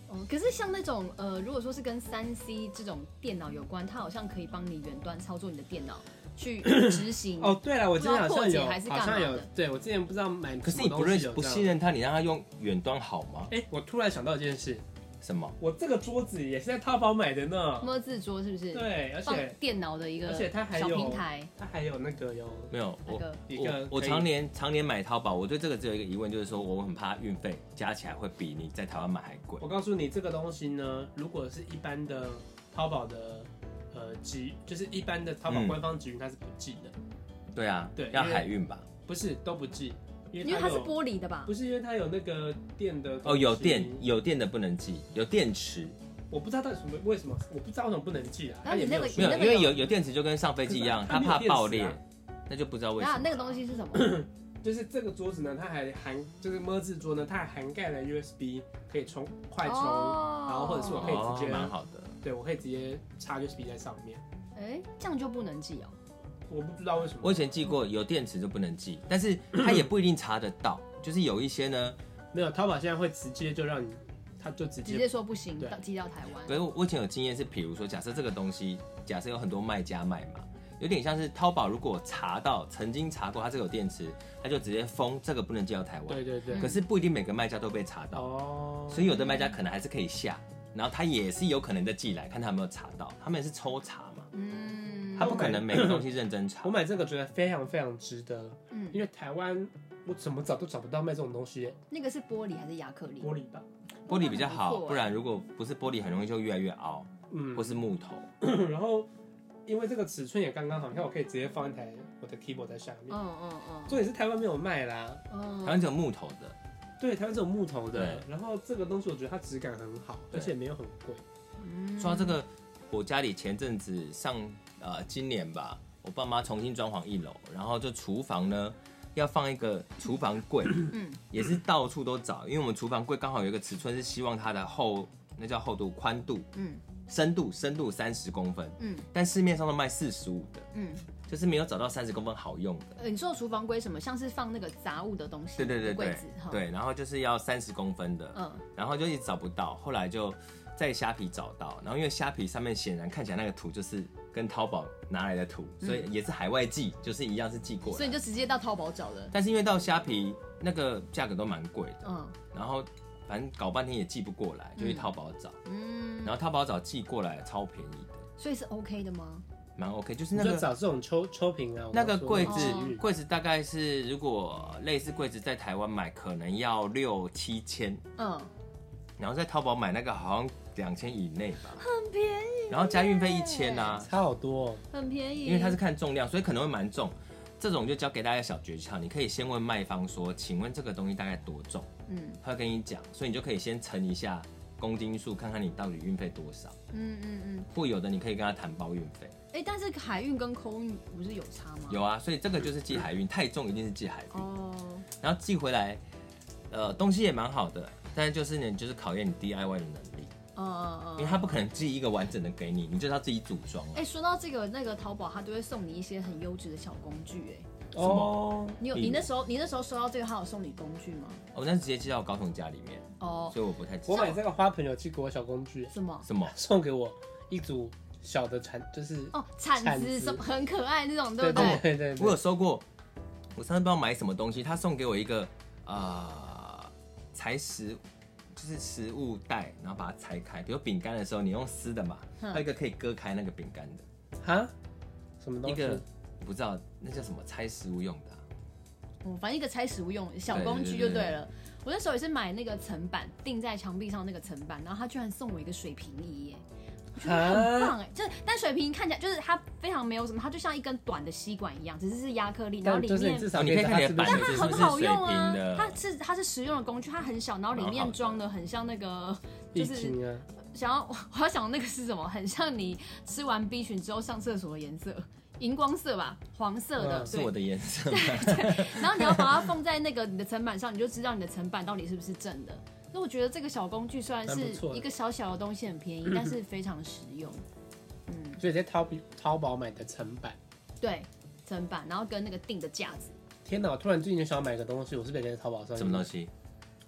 Speaker 1: 哦，可是像那种呃，如果说是跟三 C 这种电脑有关，它好像可以帮你远端操作你的电脑去执
Speaker 4: 嗯
Speaker 1: 行。
Speaker 3: 哦，，对了，我之前好
Speaker 1: 不知道破
Speaker 3: 像
Speaker 1: 解
Speaker 3: 有，
Speaker 1: 还是干
Speaker 3: 好
Speaker 1: 嘛的
Speaker 3: 像有，对我之前不知道买
Speaker 4: 可
Speaker 3: 什
Speaker 4: 是
Speaker 3: 么
Speaker 4: 你不
Speaker 3: 东
Speaker 4: 认
Speaker 3: 西有
Speaker 4: 不
Speaker 3: 这样
Speaker 4: 信。任他，你让他用远端好吗？
Speaker 3: 哎、我突然想到一件事，
Speaker 4: 什么？
Speaker 3: 我这个桌子也是在淘宝买的呢。
Speaker 1: 摸字桌是不是？，
Speaker 3: 对，而
Speaker 1: 放
Speaker 3: 且
Speaker 1: 电脑的一个
Speaker 3: 而且它还
Speaker 1: 小
Speaker 3: 有
Speaker 1: 平台，
Speaker 3: 它还有那个有
Speaker 4: 没有，
Speaker 1: 那
Speaker 4: 我
Speaker 1: 个
Speaker 3: 一个
Speaker 4: 我我
Speaker 3: 可以
Speaker 4: 常年常年买淘宝，我对这个只有一个疑问，就是说我很怕运费加起来会比你在台湾买还贵
Speaker 3: 我。告诉你，这个东西呢，如果是一般的淘宝的呃集，就是一般的淘宝
Speaker 4: 嗯
Speaker 3: 官方集运，它是不寄的，
Speaker 4: 对啊，
Speaker 3: 对
Speaker 4: 要
Speaker 3: 因为
Speaker 4: 海运吧？
Speaker 3: 不是都不寄，因
Speaker 1: 因为它
Speaker 3: 它有
Speaker 1: 是玻璃的吧？
Speaker 3: 不是因为它有那个电的
Speaker 4: 哦，有
Speaker 3: 电
Speaker 4: 电，有电的不能寄，有电池
Speaker 3: 我不知道到底什么为什么，我不知道为什么不能寄啊。
Speaker 1: 然后你
Speaker 3: 它
Speaker 1: 那
Speaker 3: 也没有
Speaker 1: 个
Speaker 4: 没
Speaker 3: 说
Speaker 4: 有，
Speaker 1: 那
Speaker 4: 因
Speaker 1: 个
Speaker 4: 为
Speaker 1: 有
Speaker 4: 有有电池就跟上飞机一样，
Speaker 3: 可是它
Speaker 4: 它
Speaker 3: 没有
Speaker 4: 怕爆
Speaker 3: 电
Speaker 4: 裂
Speaker 3: 池啊，
Speaker 4: 那就不知道为什
Speaker 1: 那
Speaker 4: 么。
Speaker 1: 那个东西是什么？
Speaker 3: 就是这个桌子呢，它还含就是么字桌呢，它还涵盖了 USB 可以充快充，
Speaker 1: 哦
Speaker 3: 然后或者是我可以直接
Speaker 1: 啊
Speaker 4: 哦蛮好的。
Speaker 3: 对我可以直接插 USB 在上面。
Speaker 1: 哎，这样就不能寄哦。
Speaker 3: 我不知道为什么，
Speaker 4: 我以前寄过，有电池就不能寄，但
Speaker 3: [CLEARS THROAT]
Speaker 4: 是它也不一定查得到，就是有一些呢，
Speaker 3: 没有淘宝现在会直接就让你，它就直
Speaker 1: 直
Speaker 3: 接
Speaker 1: 接说不行
Speaker 3: 对，
Speaker 1: 到寄到台湾
Speaker 4: 可。是我我以前有经验是，比如说，假设这个东西，假设有很多卖家卖嘛，有点像是淘宝，如果查到曾经查过它这个有电池，它就直接封这个不能寄到台湾。
Speaker 3: 对对对
Speaker 1: 嗯
Speaker 4: 可是不一定每个卖家都被查到，
Speaker 3: 哦，
Speaker 4: 所以有的卖家可能还是可以下，然后他也是有可能再寄来，看他有没有查到。他们也是抽查嘛，
Speaker 1: 嗯，
Speaker 4: 他不可能每个东西认真查
Speaker 3: 我。买这个觉得非常非常值得，
Speaker 1: 嗯，
Speaker 3: 因为台湾我怎么找都找不到卖这种东西，
Speaker 1: 那个是玻璃还是亚克力？
Speaker 3: 玻璃吧，
Speaker 4: 玻璃比较好，
Speaker 1: 不错欸
Speaker 4: 不然如果不是玻璃，很容易就越来越凹，
Speaker 3: 嗯 [LAUGHS]
Speaker 4: 或，是木头。
Speaker 3: 然后因为这个尺寸也刚刚好，你看我可以直接放一台我的 keyboard 在下面，
Speaker 1: 嗯嗯嗯
Speaker 3: 重点是台湾没有卖啦，
Speaker 1: 嗯，
Speaker 4: 好像只有木头的，
Speaker 3: 对，台湾这种木头的，
Speaker 4: 对
Speaker 3: 然后这个东西我觉得它质感很好，而
Speaker 4: 对
Speaker 3: 且没有很贵。
Speaker 4: 说到这个，我家里前阵子上呃今年吧，我爸妈重新装潢一楼，然后就厨房呢要放一个厨房柜，嗯，也是到处都找，因为我们厨房柜刚好有一个尺寸是希望它的厚，那叫厚度、宽度、
Speaker 1: 嗯
Speaker 4: 深度、深度三十公分，
Speaker 1: 嗯
Speaker 4: 但市面上都卖四十五的，
Speaker 1: 嗯，
Speaker 4: 就是没有找到三十公分好用的。
Speaker 1: 呃，你说的厨房柜什么？像是放那个杂物的东西，
Speaker 4: 对对对
Speaker 1: 柜
Speaker 4: 对
Speaker 1: 子哈，，
Speaker 4: 对，然后就是要三十公分的，
Speaker 1: 嗯
Speaker 4: 然后就一直找不到，后来就在虾皮找到，然后因为虾皮上面显然看起来那个图就是跟淘宝拿来的图，所以也是海外寄，就是一样是寄过
Speaker 1: 嗯所以
Speaker 4: 来
Speaker 1: 你。就直接到淘宝找的，
Speaker 4: 但是因为到虾皮那个价格都蛮贵的，
Speaker 1: 嗯
Speaker 4: 然后反正搞半天也寄不过来，就去淘宝找，
Speaker 1: 嗯，
Speaker 4: 然后淘宝找寄过来超便宜的，
Speaker 1: 所以是 OK 的吗？
Speaker 4: 蛮 OK，就是
Speaker 3: 你
Speaker 4: 那
Speaker 3: 就
Speaker 4: 个。
Speaker 3: 找这种抽抽瓶啊，我
Speaker 4: 那个
Speaker 3: 刚说
Speaker 4: 柜
Speaker 3: 的
Speaker 4: 子
Speaker 1: 哦，
Speaker 4: 柜子大概是如果类似柜子在台湾买，可能要六七千，
Speaker 1: 嗯，
Speaker 4: 然后在淘宝买那个好像两千以内吧，
Speaker 1: 很便宜，
Speaker 4: 然后加运费一千啊，
Speaker 3: 差好多哦、
Speaker 1: 很便宜，
Speaker 4: 因为它是看重量，所以可能会蛮重。这种就教给大家小诀窍，你可以先问卖方说：“请问这个东西大概多重
Speaker 1: 嗯，？”
Speaker 4: 他会跟你讲，所以你就可以先乘一下公斤数，看看你到底运费多少。
Speaker 1: 嗯嗯嗯，
Speaker 4: 或有的你可以跟他谈包运费，
Speaker 1: 哎，但是海运跟空运不是有差吗？
Speaker 4: 有啊，所以这个就是寄海运，太重一定是寄海运，
Speaker 1: 哦，
Speaker 4: 然后寄回来，呃，东西也蛮好的，但是就是呢，就是考验你 DIY 的能力，
Speaker 1: 嗯嗯嗯
Speaker 4: 因为他不可能寄一个完整的给你，你就是要自己组装啊
Speaker 1: 哎、。说到这个，那个淘宝它都会送你一些很优质的小工具、
Speaker 4: 什
Speaker 3: 哦
Speaker 4: 么，
Speaker 1: 哎，你有
Speaker 4: 嗯
Speaker 1: 你那时候你那时候收到这个，它有送你工具吗？
Speaker 4: 我那是直接寄到我高中家里面，
Speaker 1: 哦，
Speaker 4: 所以我不太知
Speaker 3: 我
Speaker 4: 道
Speaker 3: 买这个花盆有寄给我小工具，
Speaker 1: 什么？
Speaker 4: 什么。
Speaker 3: [LAUGHS] 送给我一组小的铲，就是
Speaker 1: 哦，铲
Speaker 3: 铲
Speaker 1: 子
Speaker 3: 子
Speaker 1: 什么很可爱那种，对不
Speaker 3: 对
Speaker 1: 对？
Speaker 3: 对对对
Speaker 4: 我有收过，我上次不知道买什么东西，他送给我一个啊、呃裁食，就是食物袋，然后把它拆开。比如饼干的时候，你用撕的嘛，
Speaker 1: 嗯
Speaker 4: 还有一个可以割开那个饼干的，
Speaker 3: 哈，什么东
Speaker 4: 一
Speaker 1: [LAUGHS]
Speaker 3: 西
Speaker 4: 个？我不知道那叫什么拆食物用的啊、
Speaker 1: 嗯，反正一个拆食物用的小工具就对了。我那时候也是买那个层板，钉在墙壁上那个层板，然后他居然送我一个水平仪耶，我觉得很 [LAUGHS] 棒哎、就是但水平仪看起来就是它非常没有什么，它就像一根短的吸管一样，只是是亚克力，然后
Speaker 3: 但
Speaker 1: 里
Speaker 3: 就是你
Speaker 1: 面
Speaker 3: 至少
Speaker 4: 哦你可以
Speaker 3: 知道
Speaker 4: 看你的
Speaker 3: 是不
Speaker 4: 版
Speaker 3: 是
Speaker 4: 面
Speaker 1: 它
Speaker 4: 是
Speaker 1: 很好用
Speaker 4: 水平
Speaker 1: 啊
Speaker 4: 的，
Speaker 1: 它是它是实用的工具，它很小，然后里
Speaker 4: 蛮好
Speaker 1: 面
Speaker 4: 的
Speaker 1: 装的很像那
Speaker 4: [LAUGHS]
Speaker 1: 个就
Speaker 3: 一
Speaker 1: 是
Speaker 3: 斤啊，
Speaker 1: 想要 [LAUGHS] 我要想那个是什么，很像你吃完 B 群之后上厕所的颜色，荧光色吧，黄色的，
Speaker 3: 嗯
Speaker 4: 啊是
Speaker 1: 对
Speaker 4: 我的颜色吗，
Speaker 1: 然后你要把它放在那个你的层板上，你就知道你的层板到底是不是正的。那我觉得这个小工具虽然
Speaker 3: 蛮
Speaker 1: 是
Speaker 3: 不错的
Speaker 1: 一个小小的东西，很便宜，但是非常实用。嗯，
Speaker 3: 所以在淘淘宝买的成版。
Speaker 1: 对，层板，然后跟那个定的架子，
Speaker 3: 天哪！我突然最近想要买个东西，我是不是也在淘宝上？
Speaker 4: 什么东
Speaker 3: 西？
Speaker 4: 西？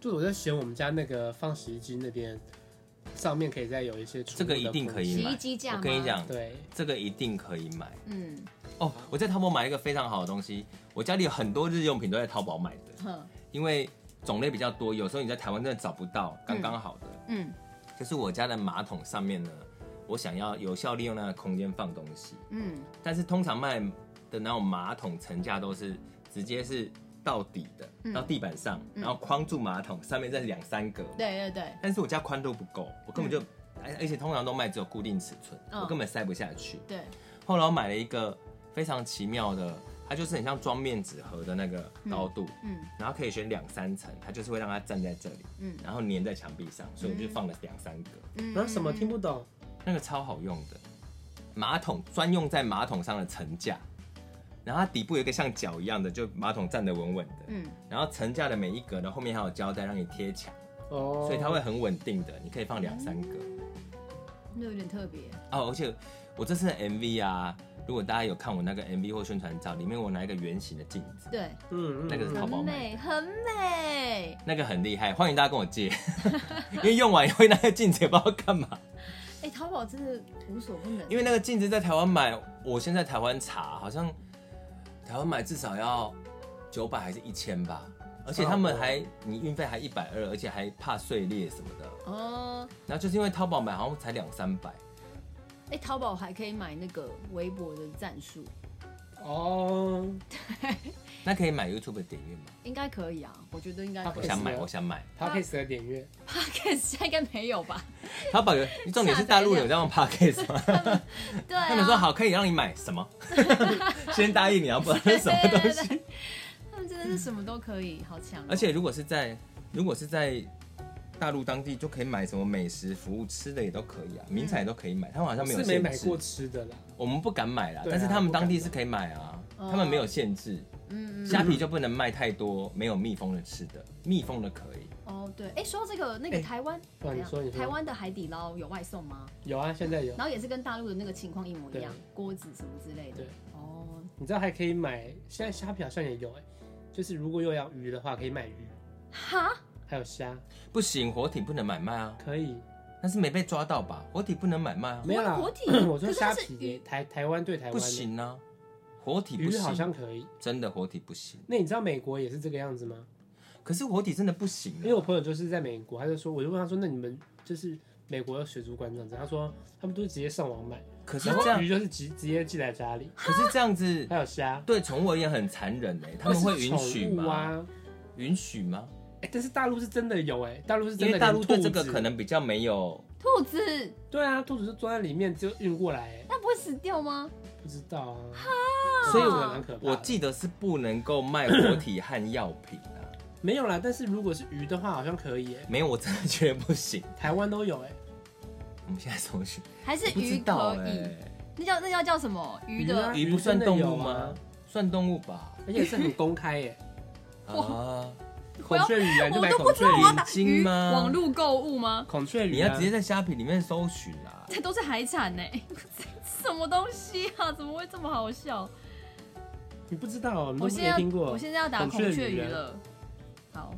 Speaker 3: 就是我在选我们家那个放洗衣机那边，上面可以再有一些储物
Speaker 4: 这个
Speaker 3: 的
Speaker 4: 一定
Speaker 3: 空
Speaker 4: 可以
Speaker 3: 间
Speaker 1: 洗
Speaker 4: 买
Speaker 1: 衣机架
Speaker 4: 我跟你
Speaker 1: 吗
Speaker 4: 讲，
Speaker 3: 对，
Speaker 4: 这个一定可以买
Speaker 1: 嗯，
Speaker 4: 哦。我在淘宝买了一个非常好的东西，我家里有很多日用品都在淘宝买的，
Speaker 1: 哼，
Speaker 4: 因为种类比较多，有时候你在台湾真的找不到刚刚好的。
Speaker 1: 嗯
Speaker 4: 就是我家的马桶上面呢，我想要有效利用那个空间放东西，
Speaker 1: 嗯，
Speaker 4: 但是通常卖的那种马桶层架都是直接是到底的，
Speaker 1: 嗯
Speaker 4: 到地板上，
Speaker 1: 嗯
Speaker 4: 然后框住马桶，上面再两三个。
Speaker 1: 对对对，
Speaker 4: 但是我家宽度不够，我根本就，而而且通常都卖只有固定尺寸，
Speaker 1: 嗯
Speaker 4: 我根本塞不下去。
Speaker 1: 对，
Speaker 4: 后来我买了一个非常奇妙的，它就是很像装面纸盒的那个高度，
Speaker 1: 嗯
Speaker 4: 然后可以选两三层，它就是会让它站在这里，
Speaker 1: 嗯
Speaker 4: 然后粘在墙壁上，所以我就放了两三个，
Speaker 1: 嗯。
Speaker 3: 然后什么听
Speaker 1: 不
Speaker 3: 不懂？
Speaker 4: 那个超好用的，马桶专用在马桶上的层架，然后它底部有一个像脚一样的，就马桶站得稳稳的，
Speaker 1: 嗯
Speaker 4: 然后层架的每一格呢后面还有胶带让你贴墙，
Speaker 3: 哦，
Speaker 4: 嗯所以它会很稳定的，你可以放两三个。
Speaker 1: 那有点特别，
Speaker 4: 哦，而且我这次的 MV 啊，如果大家有看我那个 MV 或宣传照，里面我拿一个圆形的镜子，
Speaker 1: 对，
Speaker 3: 嗯嗯，
Speaker 4: 那个是
Speaker 3: 嗯
Speaker 4: 淘
Speaker 1: 很
Speaker 4: 宝买
Speaker 1: 美，很美。
Speaker 4: 那个很厉害，欢迎大家跟我借， [LAUGHS] 因为用完以后那个镜子也不知道干嘛，
Speaker 1: 哎，淘宝真的无所不能，为
Speaker 4: 因为那个镜子在台湾买，我现在台湾查好像台湾买至少要九百还是一千吧，而且他们还你运费还一百二，而且还怕碎裂什么的，
Speaker 1: 哦，
Speaker 4: 然后就是因为淘宝买好像才两三百，
Speaker 1: 哎，淘宝还可以买那个微博的赞数，
Speaker 3: 哦，
Speaker 4: 那可以买 YouTube 的点阅吗？
Speaker 1: 应该可以啊，我觉得应该
Speaker 3: 它
Speaker 1: 可
Speaker 4: 我
Speaker 1: 以。
Speaker 4: 想买，我想买。
Speaker 3: p o d c a s 的点阅，
Speaker 1: Podcast 现在应该没有
Speaker 4: [LAUGHS]
Speaker 1: 吧？
Speaker 4: 淘宝有，重点是大陆有这样 podcast 吗？
Speaker 1: 对啊，
Speaker 4: 他们说好，可以让你买什么？ [LAUGHS] 先答应你，要啊不然是什么东西？
Speaker 1: 西？他们真的是什么都可以，好强哦、
Speaker 4: 而且如果是在如果是在大陆当地，就可以买什么美食、服务、吃的也都可以啊，
Speaker 1: 嗯
Speaker 4: 名产也都可以买。他们好像
Speaker 3: 我
Speaker 4: 没有
Speaker 3: 是没
Speaker 4: 限
Speaker 3: 买过
Speaker 4: 制，
Speaker 3: 吃的啦，
Speaker 4: 我们不敢买啦，
Speaker 3: 对啊
Speaker 4: 但是他们当地是可以买啊，
Speaker 1: 不敢买
Speaker 4: 他们没有限制。
Speaker 1: 嗯，嗯
Speaker 4: 虾皮就不能卖太多没有密封的吃的，密封的可以。
Speaker 1: 哦对，哎、说到这个，那个
Speaker 3: 哎
Speaker 1: 台湾、
Speaker 3: 哇
Speaker 1: 怎样
Speaker 3: 你说你说
Speaker 1: 台湾的海底捞有外送吗？
Speaker 3: 有啊，现在有。
Speaker 1: 然后也是跟大陆的那个情况一模一样
Speaker 3: 对，
Speaker 1: 锅子什么之类的。
Speaker 3: 对，
Speaker 1: 哦，
Speaker 3: 你知道还可以买，现在虾皮好像也有哎、就是如果有养鱼的话，可以买鱼，
Speaker 1: 哈，
Speaker 3: 还有虾，
Speaker 4: 不行，活体不能买卖啊，
Speaker 3: 可以。
Speaker 4: 但是没被抓到吧？活体不能买卖啊，
Speaker 3: 没有啦，
Speaker 1: 活体
Speaker 3: [CLEARS THROAT] 我说
Speaker 1: 可是它
Speaker 3: 虾
Speaker 1: 是
Speaker 3: 皮
Speaker 1: 鱼
Speaker 3: 耶、台台湾对台湾
Speaker 4: 不
Speaker 3: 的，
Speaker 4: 行啊，活体不
Speaker 3: 鱼好像
Speaker 4: 行，
Speaker 3: 可以。
Speaker 4: 真的活体不行。
Speaker 3: 那你知道美国也是这个样子吗？
Speaker 4: 可是活体真的不行、
Speaker 3: 因为我
Speaker 4: 啊，
Speaker 3: 朋友就是在美国，他就说，我就问他说，那你们就是美国的水族馆长，他说他们都是直接上网买，
Speaker 4: 可是
Speaker 3: 然
Speaker 4: 这
Speaker 3: 后
Speaker 4: 样
Speaker 3: 鱼，就是直直接寄来家里，
Speaker 4: 可是这样子
Speaker 3: 还有虾，
Speaker 4: 对宠物而言很残忍哎、他们会允许
Speaker 3: 宠物
Speaker 4: 吗？
Speaker 3: 啊？
Speaker 4: 允许吗？
Speaker 3: 哎、但是大陆是真的有哎、大陆是
Speaker 4: 因
Speaker 3: 真的
Speaker 4: 为
Speaker 3: 连
Speaker 4: 大陆对这个
Speaker 3: 兔子
Speaker 4: 可能比较没有，
Speaker 1: 兔子
Speaker 3: 对啊，兔子就装在里面就运过来、哎
Speaker 1: 那不会死掉吗？
Speaker 3: 不知道啊，
Speaker 4: 所以
Speaker 3: 这
Speaker 4: 我
Speaker 3: 个蛮可怕的。
Speaker 4: 我记得是不能够卖活体和药品啊。
Speaker 3: 没有啦，但是如果是鱼的话，好像可以、哎
Speaker 4: 没有，我真的觉得不行。
Speaker 3: 台湾都有哎、
Speaker 4: 我们现在搜寻，
Speaker 1: 还是
Speaker 4: 我不知
Speaker 1: 鱼
Speaker 4: 道
Speaker 1: 可
Speaker 4: 哎、
Speaker 1: 以？那叫那叫叫什么？鱼
Speaker 3: 欸鱼啊
Speaker 1: 的
Speaker 4: 鱼不算动物吗？
Speaker 3: 真的有啊
Speaker 4: 算动物吧？
Speaker 3: 而且是很公开
Speaker 4: [LAUGHS]
Speaker 3: 耶、
Speaker 4: 啊，
Speaker 1: 我
Speaker 3: 孔
Speaker 1: 要
Speaker 3: 雀鱼啊，你就
Speaker 1: 我
Speaker 3: 买
Speaker 1: 都不
Speaker 3: 孔
Speaker 1: 知
Speaker 3: 雀
Speaker 1: 道我要
Speaker 3: 鱼，
Speaker 1: 打
Speaker 4: 金
Speaker 1: 鱼
Speaker 4: 吗
Speaker 1: 网络购物吗？
Speaker 3: 孔雀鱼、啊，
Speaker 4: 你要直接在虾皮里面搜寻啊。
Speaker 1: 这都是海产呢、 [LAUGHS] 什么东西啊？怎么会这么好笑？
Speaker 3: 你不知道，啊你都
Speaker 1: 我
Speaker 3: 没
Speaker 1: 现在
Speaker 3: 听过，
Speaker 1: 我现在要打
Speaker 3: 孔
Speaker 1: 孔
Speaker 3: 雀
Speaker 1: 雀
Speaker 3: 鱼
Speaker 1: 鱼
Speaker 3: 啊
Speaker 1: 了。好，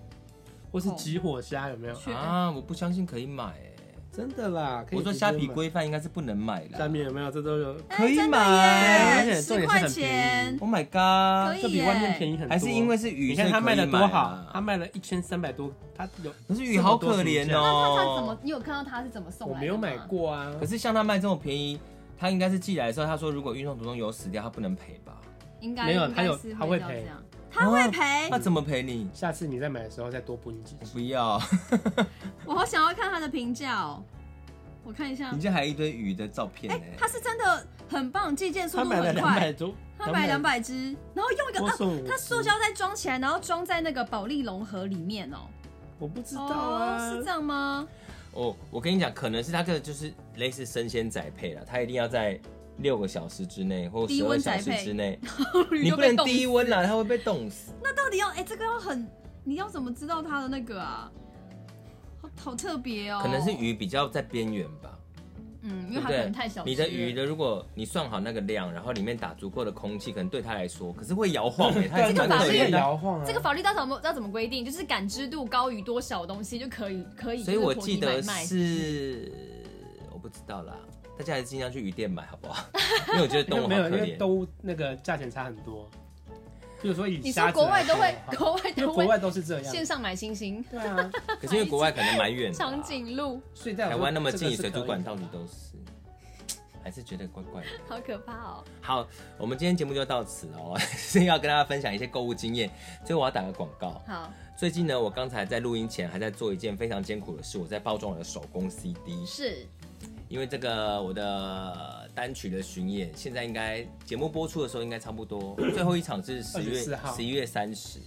Speaker 3: 或是集火虾有没有？
Speaker 1: 雀
Speaker 4: 啊，我不相信可以买哎、
Speaker 3: 真的啦，可以
Speaker 4: 我说
Speaker 3: 直接
Speaker 4: 虾皮
Speaker 3: 买，
Speaker 4: 规范应该是不能买
Speaker 3: 虾
Speaker 4: 的。
Speaker 3: 米有没有？这都有，
Speaker 1: 哎
Speaker 4: 可以
Speaker 1: 真的
Speaker 4: 买
Speaker 1: 耶
Speaker 3: 而且重点
Speaker 1: 十
Speaker 3: 是
Speaker 1: 块
Speaker 3: 很便
Speaker 1: 钱，
Speaker 4: Oh my
Speaker 1: 可
Speaker 4: god！
Speaker 1: 以
Speaker 3: 这比外面便宜很多。
Speaker 4: 还是因为是鱼，
Speaker 3: 你看
Speaker 4: 所以
Speaker 3: 他
Speaker 4: 可
Speaker 3: 卖
Speaker 4: 以
Speaker 3: 的多
Speaker 4: 买
Speaker 3: 好
Speaker 4: 啊，
Speaker 3: 他卖了一千三百多，他有
Speaker 4: 可是鱼好可怜哦。
Speaker 1: 那他怎么？你有看到他是怎么送
Speaker 3: 我
Speaker 1: 来的吗？
Speaker 3: 没有买过啊
Speaker 4: 可，是像他卖这种便宜，他应该是寄来的时候，他说如果运送途中有死掉，他不能赔吧？
Speaker 1: 应该
Speaker 3: 没有
Speaker 1: 应
Speaker 3: 他
Speaker 1: 该
Speaker 3: 有
Speaker 1: 是
Speaker 3: 他会
Speaker 1: 到
Speaker 3: 赔
Speaker 1: 这样。他
Speaker 4: 哦
Speaker 1: 会赔
Speaker 4: 那，怎么赔你？
Speaker 3: 下次你再买的时候再多补你几只。
Speaker 4: 不要，
Speaker 1: 哎我好想要看他的评价哦。我看一下
Speaker 4: 你，这还有一堆鱼的照片
Speaker 1: 哎、
Speaker 4: 呢。
Speaker 1: 他是真的很棒，寄件速
Speaker 5: 他
Speaker 1: 度
Speaker 5: 买了
Speaker 1: 很
Speaker 5: 两百
Speaker 1: 快。
Speaker 5: 多，
Speaker 1: 他买两百只，然后用一个
Speaker 3: 多
Speaker 1: 啊，
Speaker 3: 送我
Speaker 1: 他塑胶袋装起来，然后装在那个保利龙盒里面哦。
Speaker 3: 我不知道
Speaker 1: 哦，
Speaker 3: 啊，
Speaker 1: 是这样吗？
Speaker 4: 哦，我跟你讲，可能是他这个就是类似生鲜宅配了，他一定要在六个小时之内或
Speaker 1: 低
Speaker 4: 十
Speaker 1: 温
Speaker 4: 二小
Speaker 1: 宅
Speaker 4: 时
Speaker 1: 配
Speaker 4: 之内，
Speaker 1: 驴
Speaker 4: 你
Speaker 1: 都
Speaker 4: 不
Speaker 1: 被
Speaker 4: 能
Speaker 1: 冻
Speaker 4: 低
Speaker 1: 死
Speaker 4: 温啦，它会被冻死。
Speaker 1: 那到底要哎、这个要很，你要怎么知道它的那个啊？好好特别哦。
Speaker 4: 可能是，鱼比较在边缘吧，
Speaker 1: 嗯，因
Speaker 4: 对
Speaker 1: 为
Speaker 4: 不
Speaker 1: 它可
Speaker 4: 对
Speaker 1: 能太小？只了。
Speaker 4: 你的鱼的，如果你算好那个量，然后里面打足够的空气，可能对它来说，可是会摇晃欸诶，它也是
Speaker 1: 这
Speaker 4: 蛮
Speaker 1: 个法
Speaker 4: 可
Speaker 1: 律
Speaker 4: 怜
Speaker 3: 也
Speaker 4: 的。
Speaker 3: 摇晃啊。
Speaker 1: 这个法律到底怎么要怎么规定？就是感知度高于多少的东西就可以可以，
Speaker 4: 所以
Speaker 1: 就是
Speaker 4: 我
Speaker 1: 投
Speaker 4: 记
Speaker 1: 机
Speaker 4: 得
Speaker 1: 买卖
Speaker 4: 是，我不知道啦，大家还是尽量去鱼店买好不好？因为我觉得动
Speaker 3: [LAUGHS]
Speaker 4: 物
Speaker 3: 没
Speaker 4: 好
Speaker 3: 有，因
Speaker 4: 可
Speaker 3: 为
Speaker 4: 怜。
Speaker 3: 动物那个价钱差很多。比如说以
Speaker 1: 你说
Speaker 3: 虾子
Speaker 1: 国外
Speaker 3: 来
Speaker 1: 都
Speaker 3: 说
Speaker 1: 会
Speaker 3: 的
Speaker 1: 国外都
Speaker 3: 话，因为国
Speaker 1: 会
Speaker 3: 外都是这
Speaker 1: 线
Speaker 3: 样。
Speaker 1: 上买星星，
Speaker 3: 对啊，
Speaker 4: 可是因为国外可能蛮远的啊，
Speaker 1: 长颈鹿，
Speaker 3: 所以在我
Speaker 4: 台
Speaker 3: 说
Speaker 4: 湾那么
Speaker 3: 这个
Speaker 4: 近，
Speaker 3: 是
Speaker 4: 水
Speaker 3: 可
Speaker 4: 族
Speaker 3: 以
Speaker 4: 馆
Speaker 3: 的
Speaker 4: 到处都是，还是觉得怪怪的。
Speaker 1: 好可怕哦！
Speaker 4: 好，我们今天节目就到此哦， [LAUGHS] 是要跟大家分享一些购物经验。最后我要打个广告，
Speaker 1: 好，
Speaker 4: 最近呢，我刚才在录音前还在做一件非常艰苦的事，我在包装我的手工 CD，
Speaker 1: 是
Speaker 4: 因为这个我的单曲的巡演，现在应该节目播出的时候应该差不多，最后一场是十月
Speaker 3: 24号
Speaker 4: 十一月三十，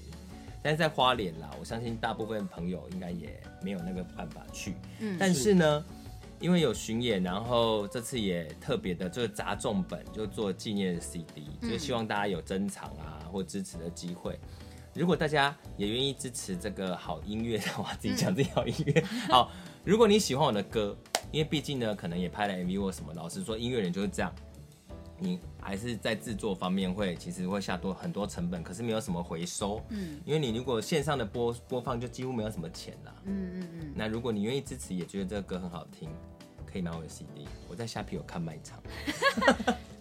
Speaker 4: 但是在花莲啦，我相信大部分朋友应该也没有那个办法去，
Speaker 1: 嗯
Speaker 4: 但是呢。因为有巡演，然后这次也特别的，就是砸重本，就做纪念 CD，就是希望大家有珍藏啊或支持的机会。如果大家也愿意支持这个好音乐的话，自己讲自己好音乐。好，如果你喜欢我的歌，因为毕竟呢，可能也拍了 MV 或什么。老实说，音乐人就是这样，你还是在制作方面会其实会下多很多成本，可是没有什么回收。
Speaker 1: 嗯
Speaker 4: 因为你如果线上的播播放，就几乎没有什么钱啦。
Speaker 1: 嗯嗯嗯，
Speaker 4: 那如果你愿意支持，也觉得这个歌很好听，可以买我的 CD。我在虾皮有看卖场，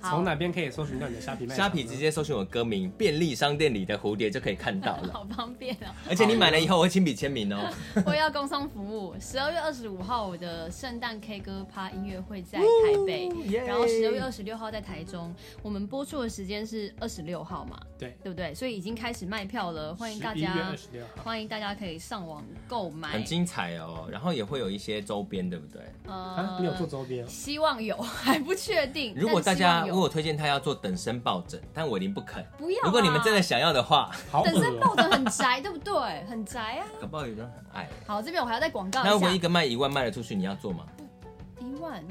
Speaker 1: 好
Speaker 3: 从哪边可以搜寻到你的虾皮卖场
Speaker 4: 虾
Speaker 3: 呢？
Speaker 4: 皮直接搜寻我歌名“便利商店里的蝴蝶”就可以看到
Speaker 1: [LAUGHS] [LAUGHS]
Speaker 4: 了。
Speaker 1: 好方便哦。
Speaker 4: 而且你买了以后，我会亲笔签名哦。
Speaker 1: 我也要工商服务。十二月二十五号我的圣诞 K 歌趴音乐会在台北，然后十二月二十六号在台中。我们播出的时间是二十六号嘛，
Speaker 3: 对，
Speaker 1: 对不对？所以已经开始卖票了，欢迎大
Speaker 3: 11月
Speaker 1: 家
Speaker 3: 二，十六号。
Speaker 1: 欢迎大家可以上网购买
Speaker 4: 很。精彩哦，然后也会有一些周边，对不对？
Speaker 3: 啊，你有做周边哦？
Speaker 1: 呃希望有， [LAUGHS] 还不确定。
Speaker 4: 如果大
Speaker 1: 但希
Speaker 4: 家
Speaker 1: 望有
Speaker 4: 如果我推荐他要做等身抱枕，但我一定不肯。
Speaker 1: 不要啊
Speaker 4: 如果你们真的想要
Speaker 1: [LAUGHS]
Speaker 4: 的话，
Speaker 3: 好恶
Speaker 1: 本身抱
Speaker 3: 哦！
Speaker 1: 枕很宅，对不对？很宅啊。
Speaker 4: 搞不好有人很爱。
Speaker 1: 好，这边我还要再广告
Speaker 4: 哎那如
Speaker 1: 一
Speaker 4: 果
Speaker 1: 下，
Speaker 4: 一个卖一万卖得出去，你要做吗？
Speaker 1: 哦一万。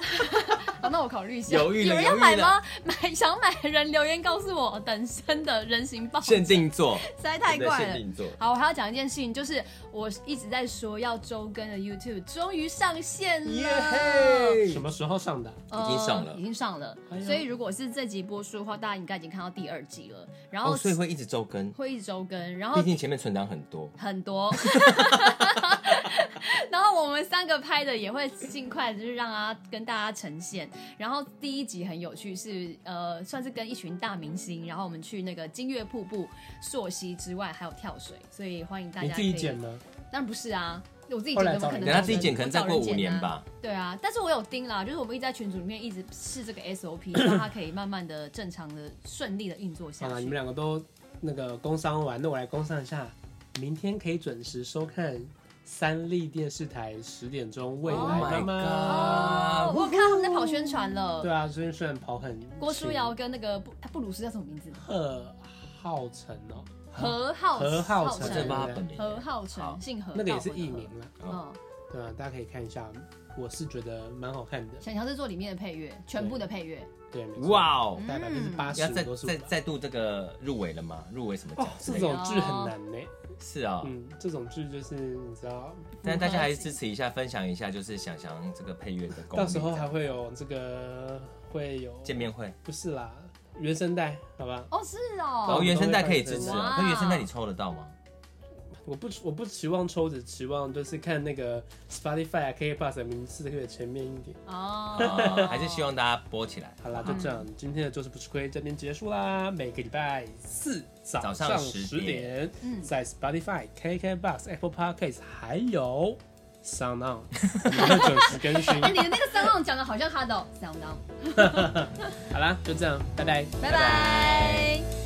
Speaker 1: [LAUGHS] 好，那我考虑一下。
Speaker 4: 犹豫
Speaker 1: 有
Speaker 4: 了
Speaker 1: 人要
Speaker 4: 犹豫
Speaker 1: 买吗？买 [LAUGHS] 想买的人留言告诉我，等身的人形抱枕
Speaker 4: 限定做，
Speaker 1: 实在 [LAUGHS] 太
Speaker 4: 对不对
Speaker 1: 怪
Speaker 4: 限
Speaker 1: 了。
Speaker 4: 定做。
Speaker 1: 好，我还要讲一件事情，就是我一直在说要周更的 YouTube 终于上线了
Speaker 3: 什么时候上的啊？
Speaker 1: 呃
Speaker 4: 已经上了
Speaker 1: 已经上了。
Speaker 3: 哎呀
Speaker 1: 所以如果是这集播出的话，大家应该已经看到第二集了。然后
Speaker 4: 哦，所以会一直周更，
Speaker 1: 会一直周更，然后
Speaker 4: 毕竟前面存档很多。
Speaker 1: 很多。 [LAUGHS] 然后我们三个拍的也会尽快，就是让它跟大家呈现。然后第一集很有趣是，呃，算是跟一群大明星，然后我们去那个金月瀑布、溯溪之外，还有跳水，所以欢迎大
Speaker 3: 你
Speaker 1: 家。
Speaker 3: 自己剪？吗？
Speaker 1: 当然不是啊，我自己
Speaker 3: 后
Speaker 1: 剪
Speaker 3: 来
Speaker 1: 怎么
Speaker 3: 找
Speaker 1: 可
Speaker 3: 人
Speaker 1: 能？
Speaker 4: 等他自己剪，可能再过
Speaker 1: 我找人
Speaker 4: 五
Speaker 1: 剪
Speaker 4: 年
Speaker 1: 啊
Speaker 4: 吧。
Speaker 1: 对啊，但是我有盯啦，就是我们一直在群组里面一直试这个
Speaker 3: [COUGHS]
Speaker 1: SOP，让它可以慢慢的、正常的、顺利的运作下
Speaker 3: 好了，你们
Speaker 1: 去。
Speaker 3: 两个都那个工商完，那我来工商一下。明天可以准时收看三立电视台十点钟未来
Speaker 1: Oh my
Speaker 3: 妈妈。
Speaker 1: 哦，我有看他们在跑宣传了。
Speaker 3: 对啊，最近虽然跑很勤，
Speaker 1: 郭书瑶跟那个布他布鲁斯叫什么名字？
Speaker 3: 贺浩辰哦，
Speaker 1: 何浩
Speaker 3: 何浩
Speaker 1: 浩
Speaker 3: 晨
Speaker 4: 我真
Speaker 1: 晨
Speaker 4: 的，帮哦他本名。
Speaker 1: 何浩
Speaker 4: 好
Speaker 1: 晨，姓何，
Speaker 3: 那个也是
Speaker 1: 道
Speaker 3: 艺
Speaker 1: 本何
Speaker 3: 名。啦。
Speaker 1: 嗯，
Speaker 3: 对啊，大家可以看一下，我是觉得蛮好看的。
Speaker 1: 小乔是做里面的配乐，全部的配乐。
Speaker 3: 对，没错，
Speaker 4: 哇哦！
Speaker 3: 大概百分
Speaker 1: 嗯
Speaker 3: 之八
Speaker 4: 要
Speaker 3: 十
Speaker 4: 再
Speaker 3: 都是
Speaker 4: 再
Speaker 3: 我的。
Speaker 4: 再度这个入围了吗？入围什么奖
Speaker 3: 哦，这
Speaker 4: 之类的？
Speaker 3: 种
Speaker 1: 哎
Speaker 3: 剧很难呢。
Speaker 4: 是啊，
Speaker 3: 嗯，这种剧就是你知道，
Speaker 4: 但大家还是支持一下，分享一下，就是想想这个配乐的功力。
Speaker 3: 到时候还会有这个会有
Speaker 4: 见面会，
Speaker 3: 不是啦，原声带，好吧？
Speaker 1: 哦，是
Speaker 3: 那
Speaker 4: 哦，
Speaker 1: 哦
Speaker 3: 我，
Speaker 4: 原声带可以支持
Speaker 1: 哇
Speaker 4: 啊。那原声带你抽得到吗？
Speaker 3: 我不我不期望抽，只期望就是看那个 Spotify 啊 K Plus 的名次可以前面一点。
Speaker 1: 哦
Speaker 3: [LAUGHS]
Speaker 4: 啊，还是希望大家播起来。
Speaker 3: 好啦，就这样，今天的就是不吃亏这边结束啦。每个礼拜四早
Speaker 4: 上
Speaker 3: 上
Speaker 4: 10
Speaker 3: 十
Speaker 4: 点
Speaker 3: 点，
Speaker 1: 嗯
Speaker 3: 在 Spotify、KK Box、Apple Podcasts 还有 Sound [LAUGHS] On 我们会准时更新。 [LAUGHS]
Speaker 1: 哎，你的那个 sound on 讲的哦好像他的 sound on，
Speaker 3: 好啦，就这样，拜拜。
Speaker 1: 拜拜。